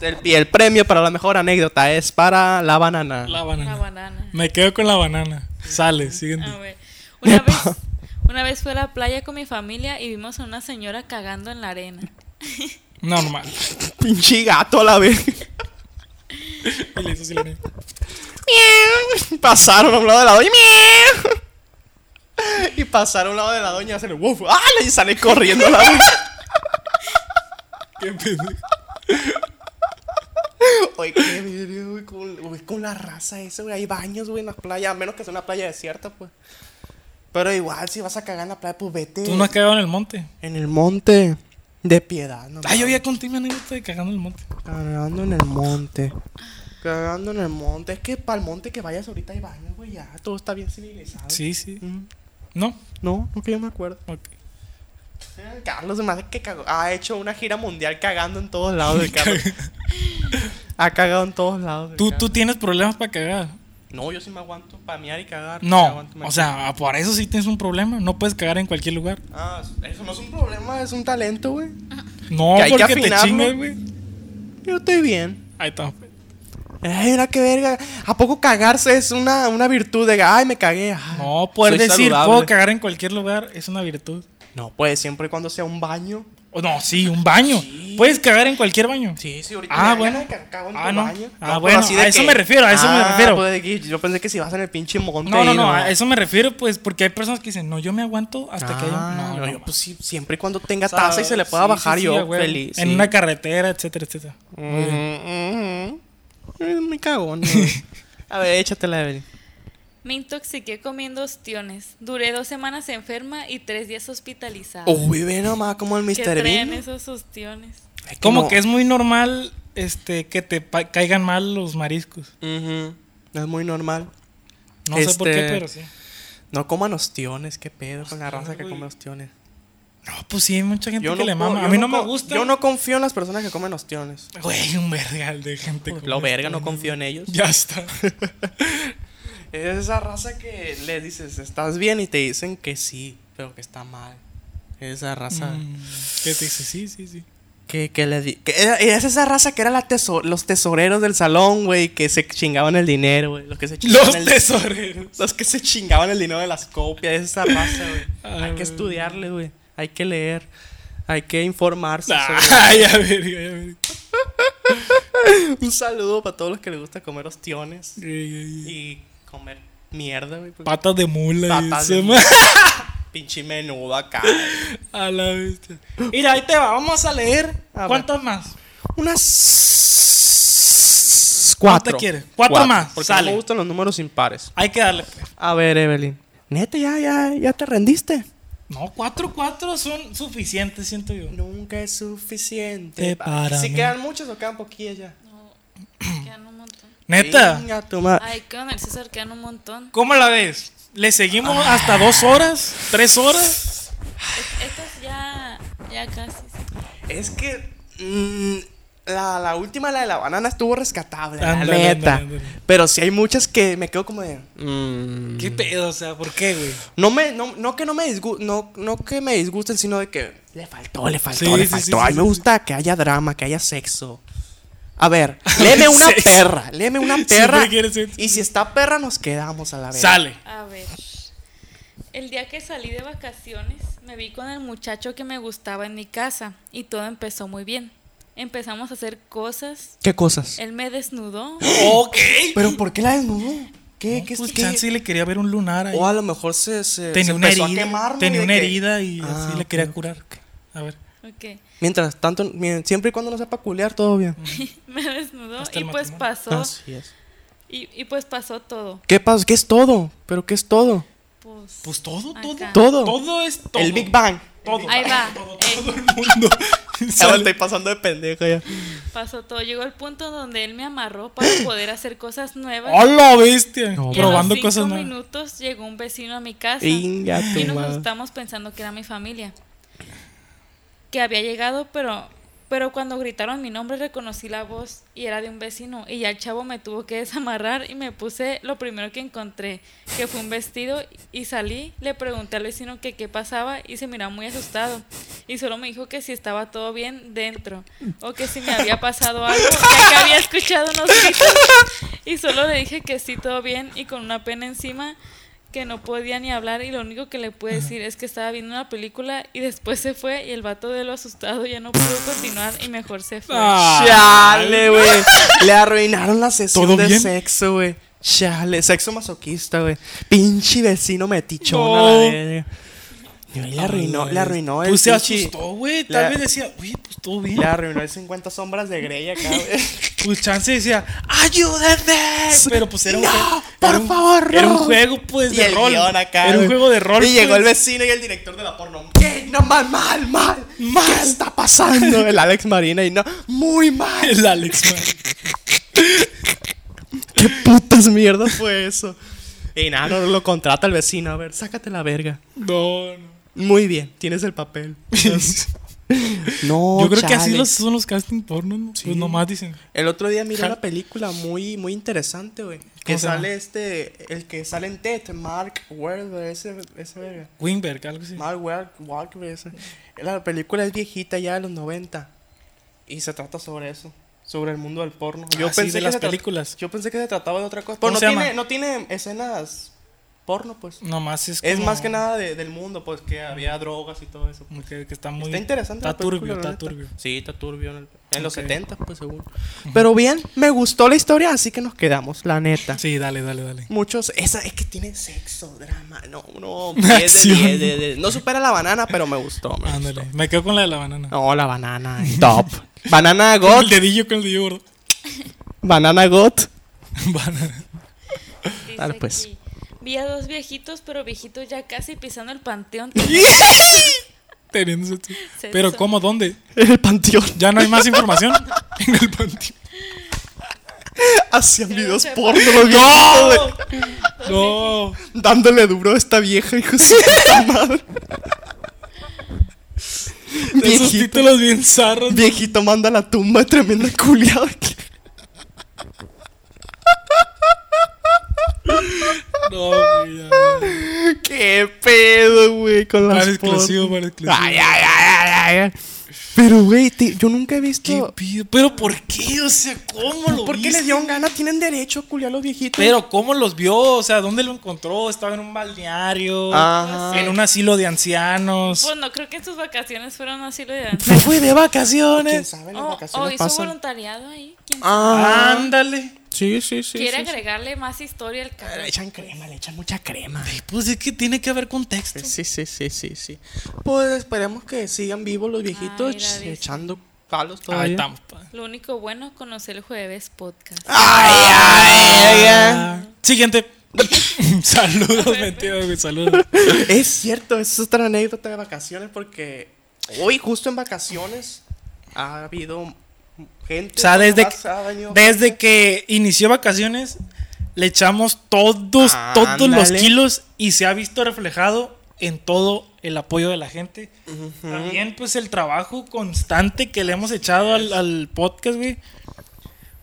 El, y el premio para la mejor anécdota es para la banana. La banana. Ah. Una banana. Me quedo con la banana. Sale, siguiente. A ver. Una vez, una vez fui a la playa con mi familia y vimos a una señora cagando en la arena. Normal. Pinche gato a la vez. Y le hizo así la niña. Miau. Pasaron a un lado de la doña. miau. Y pasaron a un lado de la doña. Hacen woof. ¡Ah! Y sale corriendo la doña. Qué pendejo. Oye, qué verga, güey. Con, güey, con la raza esa, güey. Hay baños, güey, en las playas. A menos que sea una playa desierta, pues. Pero igual, si vas a cagar en la playa, pues vete. Tú no has cagado en el monte. En el monte. De piedad, no. Ah, yo ya conté mi anécdota de cagando en el monte. Cagando en el monte. Cagando en el monte. Es que para el monte que vayas ahorita hay baños, güey. Ya todo está bien civilizado. Sí, sí. Mm. No. No, no que yo me acuerdo. Ok. Eh, Carlos, además que cagó- ha hecho una gira mundial cagando en todos lados del Carlos. Ha cagado en todos lados. el ¿Tú, cabrón. tú tienes problemas para cagar. No, yo sí me aguanto para mear y cagar. me No, aguanto, me- o sea, por eso sí tienes un problema. No puedes cagar en cualquier lugar. Ah, eso no es un problema, es un talento, güey. No, Que hay que porque te afinarlo. chingas, güey. Yo estoy bien. Ahí está. Ay, mira qué verga. ¿A poco cagarse es una, una virtud de. Ay, me cagué. Ay. No, poder Ah, Soy decir, saludable. puedo cagar en cualquier lugar es una virtud. No, pues siempre y cuando sea un baño. O no, sí, un baño. Puedes cagar en cualquier baño. Sí, sí, ahorita. Ah, me bueno. dan ganas de ca- cago en Ah, tu no. baño. Ah, pero bueno, así de a eso me refiero, a eso me refiero. pues, de que yo pensé que si vas en el pinche monte. No, no, y no, a eso me refiero, pues, porque hay personas que dicen, no, yo me aguanto hasta que haya. Ah, No, no, no, yo, pues sí, siempre y cuando tenga o sea, taza y se le pueda sí, bajar, sí, sí, a yo huevo. feliz. En sí. una carretera, etcétera, etcétera. Mm, mm, mm. Eres muy cagón. güey. A ver, échatela, Evelyn. Me intoxiqué comiendo ostiones. Duré dos semanas enferma y tres días hospitalizada. Oh, Uy, ve nomás como el ¿Qué Mr. traen Bean. esos ostiones? Es Como no- que es muy normal este, que te pa- caigan mal los mariscos. Ujú, No es muy normal. No sé por qué, Este, pero sí. No coman ostiones, qué pedo con la raza que güey. come ostiones. No, pues sí, hay mucha gente que le co- mama. yo A mí no, me co- gusta. Yo no confío en las personas que comen ostiones. Güey, un vergal de gente. este. con Lo verga, no esto. confío en ellos. Ya está. Es esa raza que le dices, ¿estás bien? Y te dicen que sí, pero que está mal. Es Esa raza. Mm, ¿Qué te dice? Sí, sí, sí. Que, que le di- que era- es esa raza que era la teso- los tesoreros del salón, güey, que se chingaban el dinero, güey. Los que se chingaban Los el- tesoreros. Los que se chingaban el dinero de las copias, esa raza, güey. Ay, Hay Ah, güey. que estudiarle, güey. Hay que leer. Hay que informarse. Ah. sobre- Ay, a ver, ya ver. Un saludo para todos los que les gusta comer ostiones Ay, ay, ay. y comer mierda, güey. porque Patas de mula. y Patas de esa mula. ma- Pinche menudo acá. A la bestia. Mira, ahí te va. Vamos a leer. A ver, ¿Cuántas más? Unas. Cuatro. quieres? Cuatro más, Porque sale. no me gustan los números impares. Hay que darle. pues. A ver, Evelyn. Neta, ya, ya, ya te rendiste. No, cuatro, cuatro son suficientes, siento yo. Nunca es Te suficiente. Eh, para Si mí. quedan muchas o quedan poquillas ya. No, quedan un montón. Neta. Venga, tu Ah. ma- Ay, con el César quedan un montón. ¿Cómo la ves? ¿Le seguimos hasta dos horas? ¿Tres horas? Es- Estos ya, ya casi. sí. Es que. mm, la, la última, la de la banana, estuvo rescatable. la Ándale, neta. ándale, ándale. Pero si hay muchas que me quedo como de. mm, ¿Qué pedo? O sea, ¿por qué, güey? No me, no, no que no me disgusten, no, no que me disgusten, sino de que le faltó, le faltó, Sí, le sí, faltó. sí, Ay, sí, me sí, gusta que haya drama, que haya sexo. A ver, léeme una Sexo. perra, léeme una perra. Siempre quiere sexo. Y si está perra, nos quedamos a la vez. Sale. A ver. El día que salí de vacaciones, me vi con el muchacho que me gustaba en mi casa y todo empezó muy bien. Empezamos a hacer cosas. ¿Qué cosas? Él me desnudó. Ok. ¿Pero por qué la desnudó? ¿Qué? No, ¿Qué? pues qué- chance le quería ver un lunar ahí. O a lo mejor se, se, se tenía una empezó a herida. quemar, ¿no? tenía De una que- herida y Ah, así le ok, quería ok. curar. A ver. Ok. Mientras tanto, miren, siempre y cuando no sepa culear, todo bien. Me desnudó Hasta y el pues matrimonio. Ah, pasó. Así es. Y, y pues pasó todo. ¿Qué pasa? ¿Qué es todo? ¿Pero qué es todo? Pues, Pues todo, todo. Acá. Todo. Todo es todo. El Big Bang. Todo. Ahí va. Eh. Todo Ey, el mundo. Ahora Sale. estoy pasando de pendejo ya. pasó todo. Llegó el punto donde él me amarró para poder hacer cosas nuevas. ¡A la bestia! No, Y a los Probando cinco cosas nuevas. minutos llegó un vecino a mi casa. Inga tu Y nos madre. asustamos pensando que era mi familia. Que había llegado, pero, pero cuando gritaron mi nombre reconocí la voz y era de un vecino. Y ya el chavo me tuvo que desamarrar y me puse lo primero que encontré, que fue un vestido. Y salí, le pregunté al vecino que qué pasaba y se miraba muy asustado. Y solo me dijo que si estaba todo bien dentro o que si me había pasado algo, ya que había escuchado unos gritos. Y solo le dije que sí, todo bien y con una pena encima que no podía ni hablar y lo único que le pude decir es que estaba viendo una película y después se fue y el vato de lo asustado ya no pudo continuar y mejor se fue. Ah, Chale, güey. Le arruinaron la sesión ¿Todo de bien? sexo, güey. Chale, sexo masoquista, güey. Pinche vecino metichón a No. la verga. Yo, Le arruinó, le arruinó el Pues se pinche- asustó, güey. Tal le- vez decía, uy, pues todo bien. Le arruinó el 50 sombras de Grey acá, güey. Pues chance decía, ¡ayúdenme! Pero pues era un No, juego. por era un- favor, Era un no. juego, pues, Y de el rol. guión acá, era un güey. juego de rol. Y llegó pues. el vecino y el director de la porno. ¿Qué? No, mal, mal, mal. ¿Qué está pasando? El Alex Marina y no. Muy mal. El Alex, man. ¿Qué putas mierdas fue eso? Y nada, no lo contrata el vecino. A ver, sácate la verga. No, no. Muy bien, tienes el papel. No, Yo creo que así chale. los, son los casting porno, ¿no? Pues nomás dicen. El otro día miré Ja- una película muy, muy interesante, güey. Que se llama? sale este, el que sale en TED, Mark Wahlberg, ese, ese verga. Winberg, algo así. Mark Wahl- Wahlberg, ese. La película es viejita ya de los 90. Y se trata sobre eso, sobre el mundo del porno. Yo Ah, sí, pensé de que las se tra- películas. Yo pensé que se trataba de otra cosa. ¿Cómo Pero no se llama? tiene, no tiene escenas porno, pues. Nomás es Es como- más que nada de- del mundo, pues, que había drogas y todo eso. como Que, que está muy. Está interesante. Está la película, turbio, la está neta. turbio. Sí, está turbio. En, el- en los Ok. 70, pues seguro. Pero bien, me gustó la historia, así que nos quedamos, la neta. Sí, dale, dale, dale. Muchos, esa es que tiene sexo, drama. No, no, 10 de 10. de- de- no supera la banana, pero me gustó. Me Ándale. gustó. Me quedo con la de la banana. No, la banana. eh, Top. banana Con el Ah, God. dedillo, con el dedillo gordo. Banana God. Banana. Dice Dale, pues. aquí, Vi a dos viejitos, pero viejitos ya casi pisando el panteón. Pues, Teniendo sexo. Sexo. Pero, ¿cómo? ¿Dónde? El panteón. Ya no hay más información. en el panteón. Hacían videos sepa. porno los viejitos, güey, No. Dándole duro a esta vieja, hijo de su puta madre. De esos Viejito. títulos bien zarros. Viejito manda a la tumba, tremenda culiada. No, güey, ya, güey. ¿Qué pedo, güey? Con las Para exclusivo, porno. para exclusivo. Ay, ay, ay, ay, ay, ay. Pero, güey, te- yo nunca he ¿Qué visto. pido? Pero ¿por qué? O sea, ¿cómo lo ¿Por qué viste? les dieron ganas? Tienen derecho a culiar a los viejitos. Pero ¿cómo los vio? O sea, ¿dónde lo encontró? Estaba en un balneario, Ajá. en un asilo de ancianos. Pues no creo que en sus vacaciones fueron así lo de Me fui de ¿Quién vacaciones. sabe? O, oh, o hizo voluntariado ahí. ¿Quién sabe? Ah, Ándale. sí, sí, sí. Quiere sí, sí. agregarle más historia al Le canal. echan crema, le echan mucha crema. Pues es que tiene que haber contexto. Sí, sí, sí, sí, sí. Pues esperemos que sigan vivos los viejitos Ah, mira, dice. echando palos Ahí todavía. estamos. pa. Lo único bueno, conocer el jueves podcast. Ah. Ay, ay, ay. Ah. Siguiente. Saludos, mentira, güey. Saludos. Es cierto, es otra anécdota de vacaciones porque hoy justo en vacaciones ha habido gente. O sea, desde más ha que, venido desde gente. que inició vacaciones, le echamos todos, todos los Ándale. kilos y se ha visto reflejado en todo el apoyo de la gente. También, pues, el trabajo constante que le hemos echado al, al podcast, güey.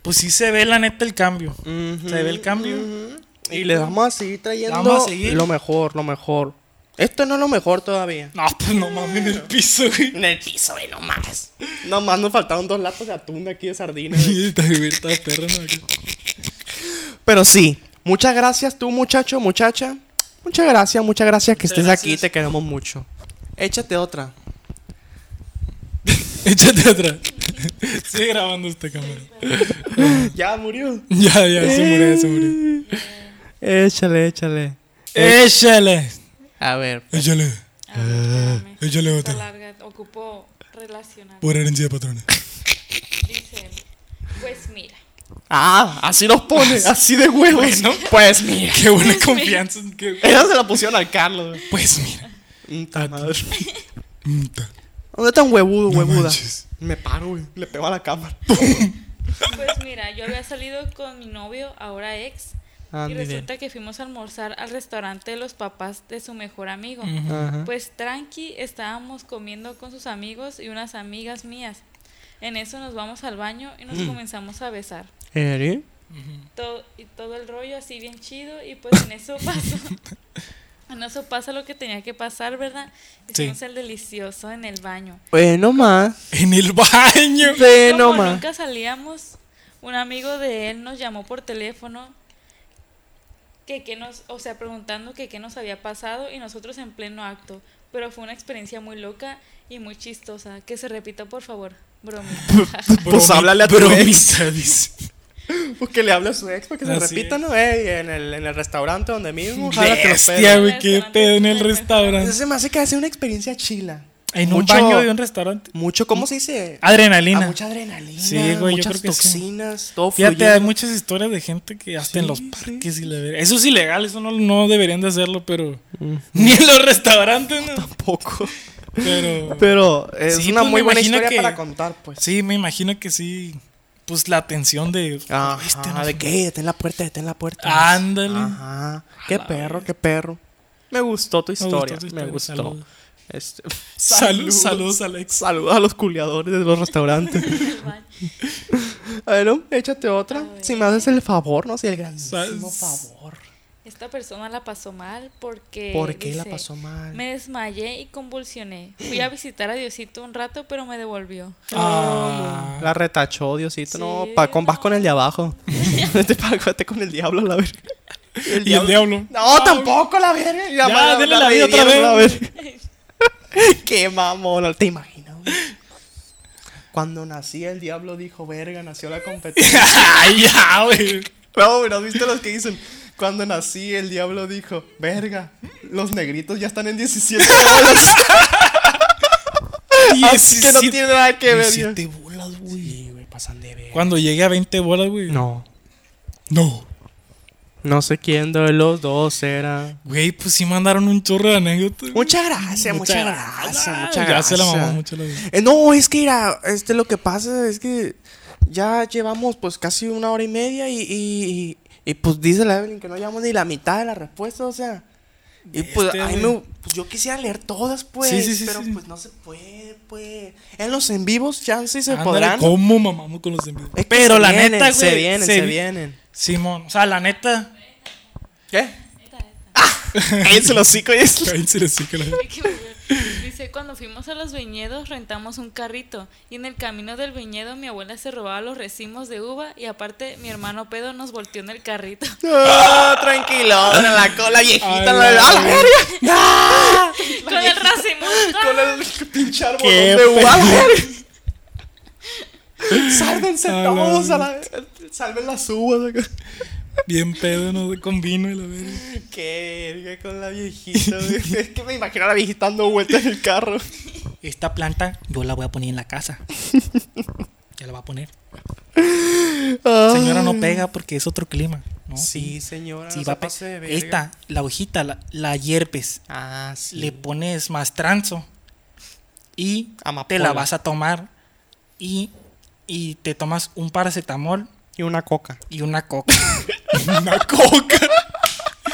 Pues sí se ve, la neta, el cambio. Ujú, Se ve el cambio. ujú. Y le vamos a seguir trayendo Vamos a seguir. lo mejor, lo mejor. Esto no es lo mejor todavía. No, pues no mames, en el piso, güey. En el piso, güey, nomás. Nomás nos faltaron dos latas de atún de aquí de sardina. güey. Está está perro, ¿no? Pero sí, muchas gracias tú, muchacho, muchacha. Muchas gracias, muchas gracias que estés aquí, gracias. te queremos mucho. Échate otra. Échate atrás. Sigue grabando esta cámara. Ya murió. Ya, ya, se murió, ya se murió. Échale, échale. Échale. A ver. Échale. A ver, Ah, espérame. Eh, Échale Está otra. larga. Ocupo relacionar. Por herencia de patrona. Dice él, Pues mira. Ah, así los pone, así de huevos. Pues mira. Qué buena confianza. qué- Esa se la pusieron al Carlos. Pues mira. Mm, ta. ¿Dónde está un huevudo, No huevuda? manches. Me paro, güey. Le pego a la cámara. Pues mira, yo había salido con mi novio, ahora ex, y Ándale. resulta que fuimos a almorzar al restaurante de los papás de su mejor amigo. Ajá. Pues tranqui, estábamos comiendo con sus amigos y unas amigas mías. En eso nos vamos al baño y nos Mm. comenzamos a besar. ¿Eri? Todo, y todo el rollo así bien chido y pues en eso pasó. En eso pasa lo que tenía que pasar, ¿verdad? Sí. Hicimos el delicioso en el baño. Bueno, más. En el baño. Bueno, Como más. nunca salíamos, un amigo de él nos llamó por teléfono que qué nos, o sea, preguntando que qué nos había pasado y nosotros en pleno acto, pero fue una experiencia muy loca y muy chistosa, que se repita por favor, broma. Pues Bromi- háblale a tu bromista, dice. Pues que le hable a su ex para que se Así repita, es. ¿no? Ey, en, el, en el restaurante donde mismo. jálate los Bestia, pelos. güey. Qué pedo en el restaurante. Se me hace que hace una experiencia chila. En un Mucho- baño de un restaurante. Mucho, ¿cómo se dice? A Adrenalina. mucha adrenalina. Sí, güey, yo muchas creo que sí. toxinas, todo Fíjate, hay fluyendo. muchas historias de gente que hasta en los Sí, parques y la ver- Eso es ilegal, eso no, no deberían de hacerlo, pero. Ni en los restaurantes, ¿no? Tampoco. Pero. Pero es Sí, una pues, muy me buena imagino historia que- para contar, pues. Sí, me imagino que sí. Pues la atención de. Ah, Este, no sé. ¿de qué? Está en la puerta, está en la puerta. Ándale. Ajá. Qué la perro, qué perro. Me gustó tu Me gustó historia, tu me historia, gustó. saludos. Este, Salud, saludos, Alex. Saludos a los culiadores de los restaurantes. a ver, um, échate otra. A ver. Si me haces el favor, no sé, el grandísimo Sal- favor. Esta persona la pasó mal porque. ¿Por qué la Eh, dice, pasó mal? Me desmayé y convulsioné. Fui a visitar a Diosito un rato, pero me devolvió. Ah, La retachó, Diosito. no, Sí, pa, con, vas no. con el de abajo. Vete pa- vete con el diablo, la verga. El y el diablo. No, tampoco, la verga. Ya, Ya, denle la vida otra revivieron, vez. la verga. Qué mamón, te imaginas. güey? Cuando nací, el diablo dijo, verga, nació la competencia. Ay, ya, güey. No, güey, ¿no has visto los que dicen? Cuando nací, el diablo dijo, verga, los negritos ya están en 17 bolas. Ah, que no tiene nada que ver. 17 bolas, güey. Sí, güey, pasan de verga. Cuando llegue a 20 bolas, güey. No, No. no sé quién de los dos era. Güey, pues sí mandaron un chorro de anécdotas. güey. Muchas gracias, muchas, gracias, muchas Ya se gracias. la mamó mucho la vida. Eh, no, es que mira, este lo que pasa es que ya llevamos pues casi una hora y media y, y, y, pues dice la Evelyn que no llevamos ni la mitad de la respuesta, o sea. Y pues, Este, a mí güey. me- pues, yo quisiera leer todas, pues, Sí, sí, sí, pero sí. pues no se puede, pues. En los en vivos, chance y se Ándale, podrán. ¿Cómo mamamos con los envíos? Es que Pero se la vienen, neta, güey. Se vienen, se, vi- vienen. Simón, o sea, la neta. ¿Qué? ¡Ah! Cállense los hocico, es- Cállense el hocico, la neta. Dice, cuando fuimos a los viñedos rentamos un carrito y en el camino del viñedo mi abuela se robaba los racimos de uva y aparte mi hermano pedo nos volteó en el carrito. Ah, tranquilo, la cola viejita, Ay, la, la la, la verga. verga. Ah. Con el racimo. Con el pinche árbol Qué de uva. pendejo. Sálvense A la todos a la Salven las uvas acá. Bien pedo, no con vino y la verga. Qué verga con la viejita, güey. Es que me imagino a la viejita dando vueltas en el carro. Esta planta yo la voy a poner en la casa. Ya la voy a poner. Señora, no pega porque es otro clima. ¿no? Sí, señora. Sí, no va Ah, se a pe- pase de verga. Esta, la hojita, la, la hierpes. Ah, sí. Le pones más tranzo. Y Amapola. te la vas a tomar. Y, y te tomas un paracetamol Y una coca. y una coca. Una coca.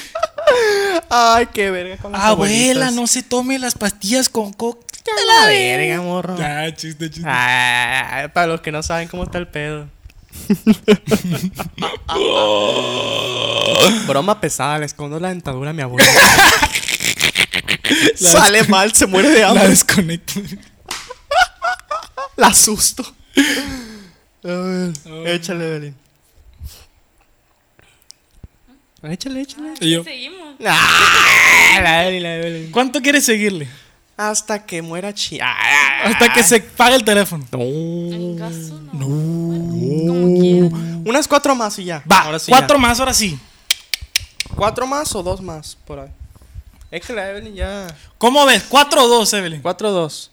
Ay, qué verga con las Ah, Abuela, abuelitas. no se tome las pastillas con coca. la verga, morro. Ah, chiste, chiste. Ah, para los que no saben cómo está el pedo. Broma pesada, le escondo la dentadura a mi abuelo. Sale mal, se muere de La hambre. Ah, desconecto. La asusto. A ver, échale, Evelyn. Échale, échale. Y yo, Seguimos. Ah, la Evelyn, la Evelyn. ¿Cuánto quieres seguirle? Hasta que muera chi. Ah, Hasta que se pague el teléfono. En caso no. Bueno, como quiera. Unas cuatro más y ya. Va, Ahora sí ya. cuatro más, ahora sí. ¿Cuatro más o dos más? Por ahí. Es que la Evelyn ya. ¿Cómo ves? ¿Cuatro o dos, Evelyn? Cuatro, dos.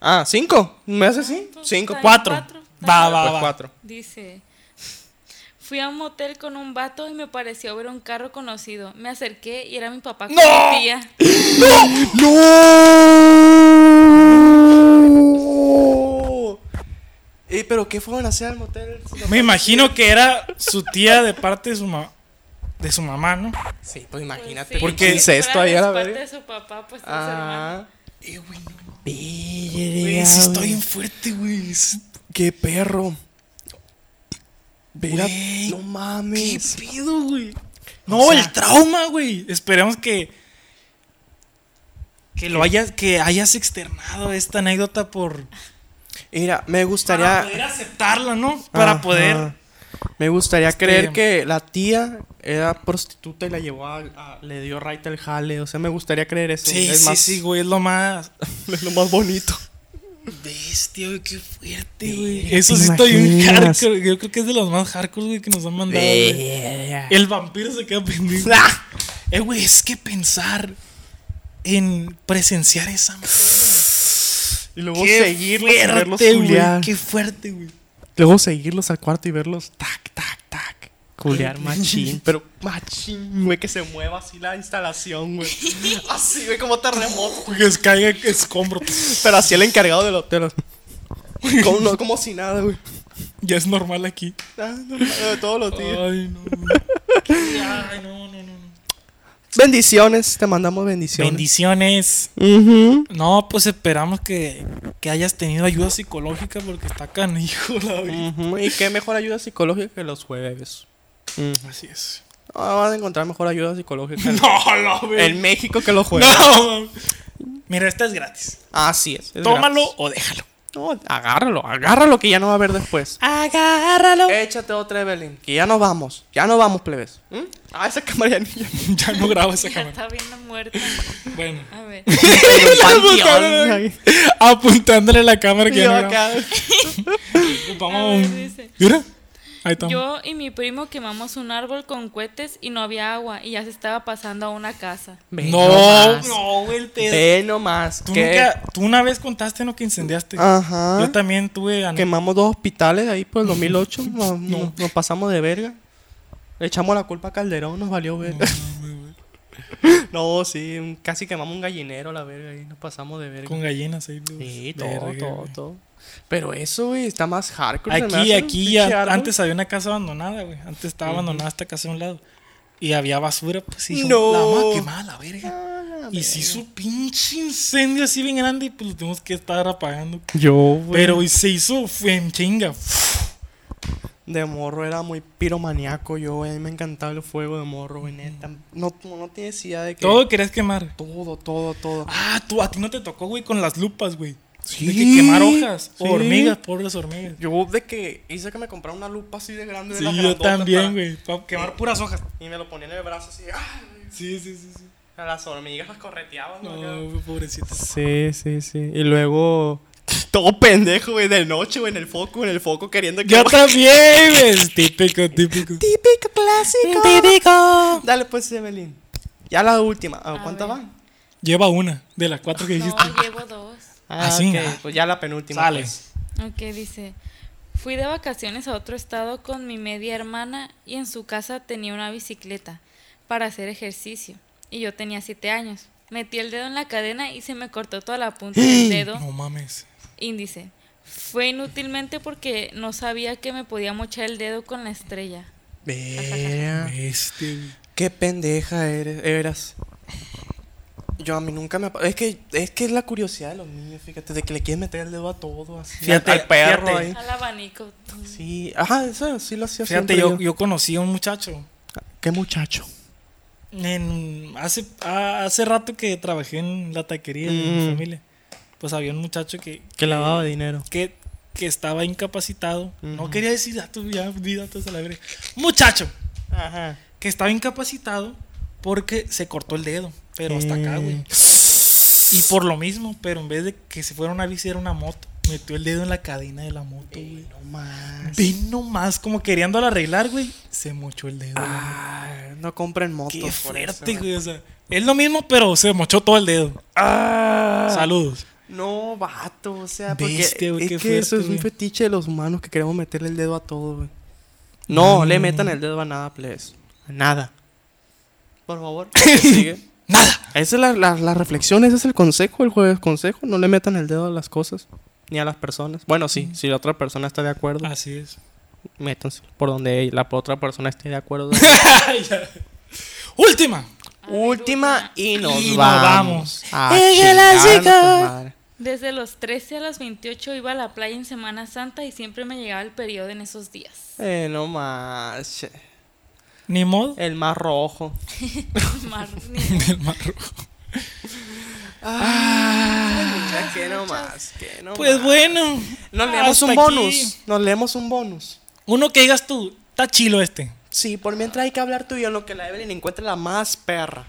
Ah, cinco. ¿Me hace así? Pues, Cinco. está bien, Cuatro. Cuatro. Va, Ah, va, Pues va. cuatro. Dice, fui a un motel con un vato y me pareció ver un carro conocido. Me acerqué y era mi papá con mi tía. ¡No! Eh, pero ¿qué fueron a hacer al motel? Me imagino que era su tía de parte de su, ma- de su mamá, ¿no? Sí, pues Pues imagínate. sí, Porque si el sexto fuera ahí a la de parte verga. de su papá, pues de su hermano. Ah. Eh, güey, no. Verga, estoy güey. bien fuerte, güey. Es- Qué perro. Mira, Güey, no mames. ¿Qué pedo, güey? Pues, No, O sea- el trauma, güey. Esperemos que. Que lo hayas, que hayas externado esta anécdota por. Mira, me gustaría. Para poder aceptarla, ¿no? Para Ajá. poder. Me gustaría Este- creer que la tía era prostituta y la llevó a, a- le dio right al jale. O sea, me gustaría creer eso. Sí, es sí, más, sí, güey. Es lo más. Es lo más bonito. Bestia, güey, qué fuerte, ¿te güey. Eso sí está bien imaginas? hardcore. Yo creo que es de los más hardcore, güey, que nos han mandado. güey. El- El vampiro se queda pendiente. ¡Ah! Eh, güey, es que pensar en presenciar esa madre. Y luego güey. seguirlos y verlos güey. culiar. Qué fuerte, güey. Luego seguirlos al cuarto y verlos tac, tac, tac. Culear machín. Pero machín, güey, que se mueva así la instalación, güey. Así, güey, como terremoto. Que se caiga escombro. Pero así el encargado del hotel. Como, no, como si nada, güey. Ya es normal aquí. Oh. Ah, no, eh, todos los días. Ay, no. güey. Ay, no, no, no. no. Bendiciones, te mandamos bendiciones. Bendiciones. Ujú. No, pues esperamos que, que hayas tenido ayuda psicológica porque está canijo la vida. Ujú, Y qué mejor ayuda psicológica que los jueves. Así es. No, vas a encontrar mejor ayuda psicológica en- No, la vida. en México que los pues. jueves. No. Mira, esta es gratis. Así es. es Tómalo gratis. o déjalo. No, agárralo, agárralo que ya no va a haber después. Agárralo. Échate otra, Evelyn, que ya nos vamos. Ya nos vamos, plebes. ¿Mm? Ah, esa cámara ya ni ya. ya no grabo esa Ya cámara. está viendo muerta. Bueno. A ver. panteón. Apuntándole la cámara que Yo ya no grabo. acá. A Ocupamos ver, un- dice. Mira. Ahí estamos. Yo y mi primo quemamos un árbol con cohetes y no había agua y ya se estaba pasando a una casa. Ve no, nomás, no, el te- Ve nomás. Tú, que- nunca- tú una vez contaste lo que incendiaste. Ajá. Yo también tuve. ane- Quemamos dos hospitales ahí por el 2008. Nos, nos- nos pasamos de verga. Le echamos la culpa a Calderón, nos valió verga. No, sí, un- casi quemamos un gallinero a la verga ahí. Nos pasamos de verga. Con gallinas ahí. los- Sí, todo, verga, todo, güey. todo. Pero eso, güey, está más hardcore. se me Aquí, hace un aquí pinche ya. árbol. Antes había una casa abandonada, güey. Antes estaba abandonada esta casa a un lado. Y había basura, pues y dijimos, No. La vamos a quemar a la verga. Ah, Y se hizo pinche incendio así bien grande y pues lo tuvimos que estar apagando. Yo, güey. Pero y se hizo fue en chinga. De morro era muy piromaniaco yo, güey. A mí me encantaba el fuego de morro, güey. neta. No, no tienes idea de que. Todo querías quemar. Todo, todo, todo. Ah, tú, a ti no te tocó, güey, con las lupas, güey. Sí. De que quemar hojas. Sí. Hormigas, pobres hormigas. Yo de que hice que me comprara una lupa así de grande. de Sí, las yo grandotas para- también, güey. Para quemar puras hojas. Y me lo ponía en el brazo así. ¡ah! Sí, sí, sí. sí. A las hormigas las correteaban. No, ¿no? güey, pobrecitas. Sí, sí, sí. Y luego. Todo pendejo, güey, de noche, güey, en el foco, en el foco, queriendo que. Yo también, güey. Es Típico, típico. Típico clásico. Típico. Dale, pues, Evelyn. Ya la última. Ah, A ¿Cuántas ver. van? Lleva una de las cuatro que dijiste. No, llevo dos. Ah, sí, ok, ah. Pues ya la penúltima. Sale. pues. Ok, dice, fui de vacaciones a otro estado con mi media hermana y en su casa tenía una bicicleta para hacer ejercicio. Y yo tenía siete años. Metí el dedo en la cadena y se me cortó toda la punta del dedo No mames. índice. Fue inútilmente porque no sabía que me podía mochar el dedo con la estrella. Vea. Este, güey. Qué pendeja eres, eras. Yo a mí nunca me... apa- Es que es que es la curiosidad de los niños, fíjate, de que le quieren meter el dedo a todo, así. Fíjate, al, al perro fíjate. ahí. Al abanico. Sí, ajá, eso sí lo hacía Fíjate, siempre yo, yo conocí a un muchacho. Qué muchacho. En- hace, a- hace rato que trabajé en la taquería de mi Mm. familia. Pues había un muchacho que, Que lavaba dinero. que, que estaba incapacitado. No Ujú. quería decir datos, ya di datos a la verga. Muchacho Ajá. que estaba incapacitado porque se cortó el dedo, pero hasta acá, güey. Mm. Y por lo mismo, pero en vez de que se fuera una bici, era una moto. Metió el dedo en la cadena de la moto, güey. No más. Ven nomás, como queriéndolo arreglar, güey. Se mochó el dedo. Ah, güey. Ay, no compren motos. Qué por fuerte, eso. güey. O sea, es lo mismo, pero se mochó todo el dedo. Ah. Saludos. No, vato, o sea, porque Bestia, güey, es qué que eso fuerte, es un güey. fetiche de los humanos que queremos meterle el dedo a todo, güey. No, le metan el dedo a nada, please. A nada. Por favor. ¿qué sigue? Nada. Esa es la, la- la reflexión, ese es el consejo, el jueves consejo. No le metan el dedo a las cosas, ni a las personas. Bueno, sí, Mm. si la otra persona está de acuerdo, Así es. métanse por donde la otra persona esté de acuerdo. Ya. Última. Última y nos Y nos vamos. vamos. A Es que la chingar a chica- nuestra madre. Desde los 13 a los 28 iba a la playa en Semana Santa y siempre me llegaba el periodo en esos días. Eh, no más. che. Ni modo. El más rojo. Mar- ni- Del mar rojo. Ya que no más, que no Pues más. bueno. Nos leemos hasta un aquí. bonus. Nos leemos un bonus. Uno que digas tú, está chilo este. Sí, por mientras hay que hablar tú y yo, en lo que la Evelyn encuentra la más perra.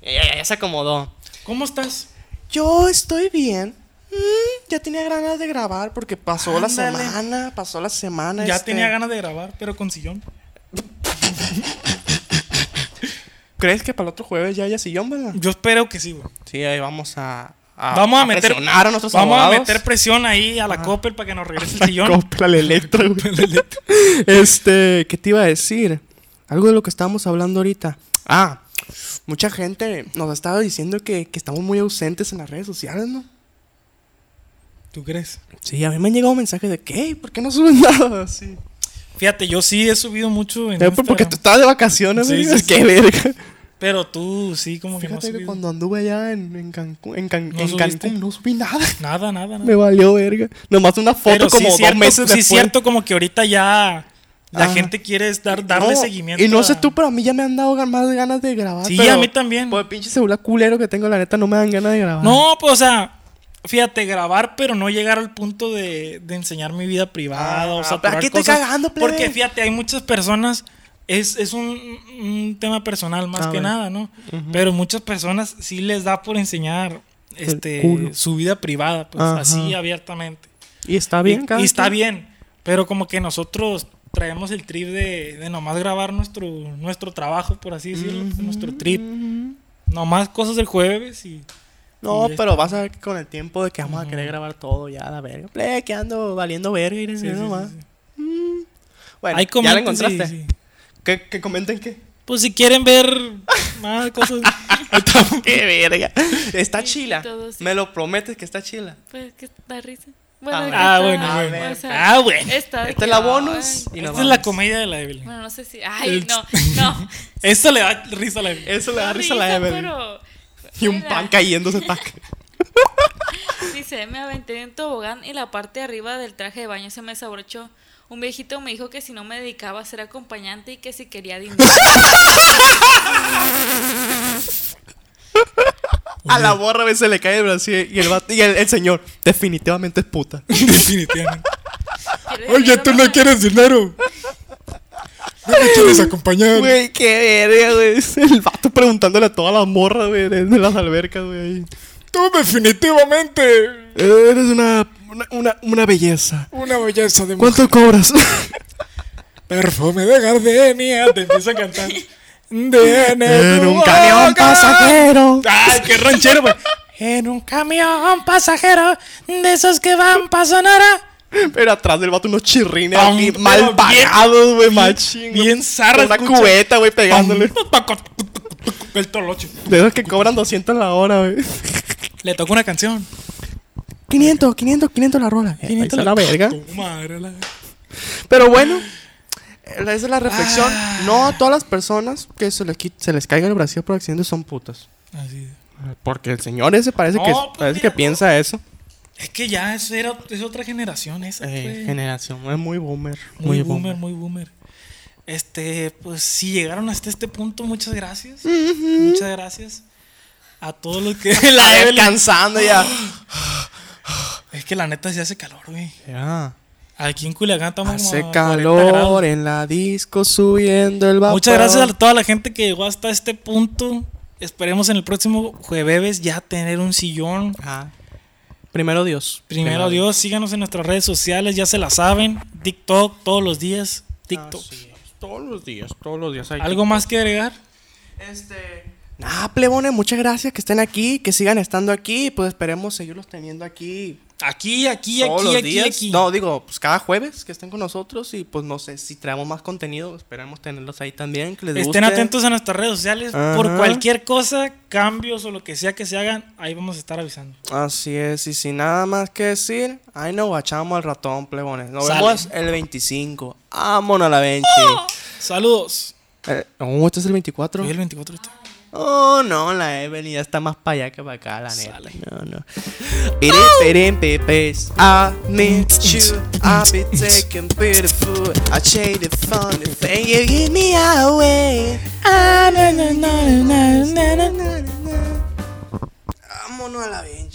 Ella ya, ya se acomodó. ¿Cómo estás? Yo estoy bien. Mm, ya tenía ganas de grabar porque pasó la Ándale. semana, pasó la semana. Ya este. tenía ganas de grabar, pero con sillón. ¿Crees que para el otro jueves ya haya sillón, verdad? Yo espero que sí, güey. Mm. Sí, ahí vamos a, a- Vamos a, meter. presionar a nuestros vamos a abogados. meter presión ahí a la Coppel para que nos regrese el sillón. Compra el electro, güey. este, ¿qué te iba a decir? Algo de lo que estábamos hablando ahorita. Ah, mucha gente nos ha estado diciendo que, que estamos muy ausentes en las redes sociales, ¿no? ¿Tú crees? Sí, a mí me han llegado mensajes de que, "Ey, ¿por qué no suben nada? Sí. Fíjate, yo sí he subido mucho en Eh, pues, Porque Instagram. tú estabas de vacaciones, Sí, sí, sí, sí. qué verga. Pero tú sí, como que no has Fíjate que subido. cuando anduve allá en, en Cancún, en, Can- ¿No en subiste? Cancún no subí nada. Nada, nada, nada. Me valió verga. Nomás una foto Pero como sí dos cierto, meses Sí, después. cierto, como que ahorita ya la Ajá. gente quiere es dar, darle No, seguimiento. Y no sé a- tú, pero a mí ya me han dado gan- más ganas de grabar. Sí, pero a mí también. Por el pinche celular culero que tengo, la neta, no me dan ganas de grabar. No, pues, o sea, fíjate, grabar, pero no llegar al punto de, de enseñar mi vida privada. o Ah, saturar ¿para qué estoy cosas. cagando, plebe? Porque fíjate, hay muchas personas. Es, es un, un tema personal más A que ver. nada, ¿no? Pero muchas personas sí les da por enseñar este, culo. su vida privada, pues Ajá. así abiertamente. Y está Y- bien, y, cada está quien. bien. Pero como que nosotros traemos el trip de, de nomás grabar nuestro, nuestro trabajo, por así decirlo, nuestro trip. Nomás cosas del jueves y. No, Y este ya pero vas a ver que con el tiempo de que vamos a querer grabar todo ya, la verga. Ple, que ando valiendo verga y Sí, sí, nomás. sí, sí. Mm. Bueno, Ahí ya la comenten, sí, encontraste. sí. ¿Qué, qué comenten qué? Pues si quieren ver más cosas. Estamos- ¡Qué verga! Está Sí, sí, chila. todo, sí. Me lo prometes que está chila. Pues que da risa. Bueno, Ah, es que ah, está- bueno, A bueno. ver. o sea, ah, bueno. está de Este que, es la bonus. ay, Y nos Esta es la vamos. comedia de la Evelyn. Bueno, no sé si. Ay, Ups. no, no. Esta le da risa a la Evelyn. Eso le da No risa a la Evelyn. pero- Y un Mira, pan cayéndose tac. Dice, me aventé en un tobogán y la parte de arriba del traje de baño se me desabrochó. Un viejito me dijo que si no me dedicaba a ser acompañante y que si quería dinero. A la borra a veces le cae el brazo y el, vato- y el, el señor definitivamente es puta. Definitivamente. ¿Quiere dinero, Rafa? quieres dinero. No me quieres acompañar. Güey, qué verga, güey. El vato preguntándole a toda la morra, güey, de, de las albercas, güey. ahí. Tú definitivamente Eres una, una, una, una belleza. una belleza de ¿Cuánto cobras? Perfume de gardenia. Te empieza a cantar. De en un camión pasajero. Ay, Ah, qué ranchero, güey. En un camión pasajero de esos que van para Sonora. Pero atrás del vato unos chirrines Pam, aquí, pero mal bien- pagados, güey, machín. güey. bien zarra, Una escucha. Pues, cubeta, güey, pegándole. El tolocho. De esos que cobran 200 la hora, güey. Le tocó una canción. 500, 500, 500 la rola. 500 Eh, la verga. Tu madre, la- Pero bueno, Ah. esa es la reflexión. No a todas las personas que se les, qui- se les caiga el brasier por accidente son putas. Así es. Porque el señor ese parece No, que pues parece mira, que piensa eso. Es que ya es, era- es otra generación esa. Eh, pues. generación, es muy boomer. Muy, boomer, muy boomer. Este, pues si llegaron hasta este punto, muchas gracias. Muchas gracias. A todos los que la La Evelyn- descansando ya. Es que la neta se hace calor, güey. Ya. Aquí en Culiacán estamos como Hace a 40 grados. calor en la disco subiendo el vapor. Muchas gracias a toda la gente que llegó hasta este punto. Esperemos en el próximo jueves ya tener un sillón. Ajá. Primero Dios. Primero Dios, síganos en nuestras redes sociales, ya se la saben. TikTok todos los días. Ah, TikTok. Así es. Todos los días, todos los días. hay ¿Algo más que agregar? Este. Nada, plebones, muchas gracias que estén aquí, que sigan estando aquí. Pues esperemos seguirlos teniendo aquí Aquí, aquí, todos aquí, los aquí, días. aquí. No, digo, pues cada jueves que estén con nosotros. Y pues no sé si traemos más contenido, esperemos tenerlos ahí también. Que les guste. Estén atentos a nuestras redes sociales por Ajá. cualquier cosa, cambios o lo que sea que se hagan, ahí vamos a estar avisando. Así es, y sin nada más que decir, ahí nos guachamos al ratón, plebones. Nos Sale. ¡Ah! vemos el 25. Vámonos a la 20. Saludos. Eh, oh, este es el 24. Hoy el 24 ahorita. Oh, no, la Evelyn ya está más para allá que para acá, la neta. Sale. No, no. Piri, piri, pipis. I miss you. I be taking beautiful. I change the funny thing. You give me away. Ah, Vámonos a la 20.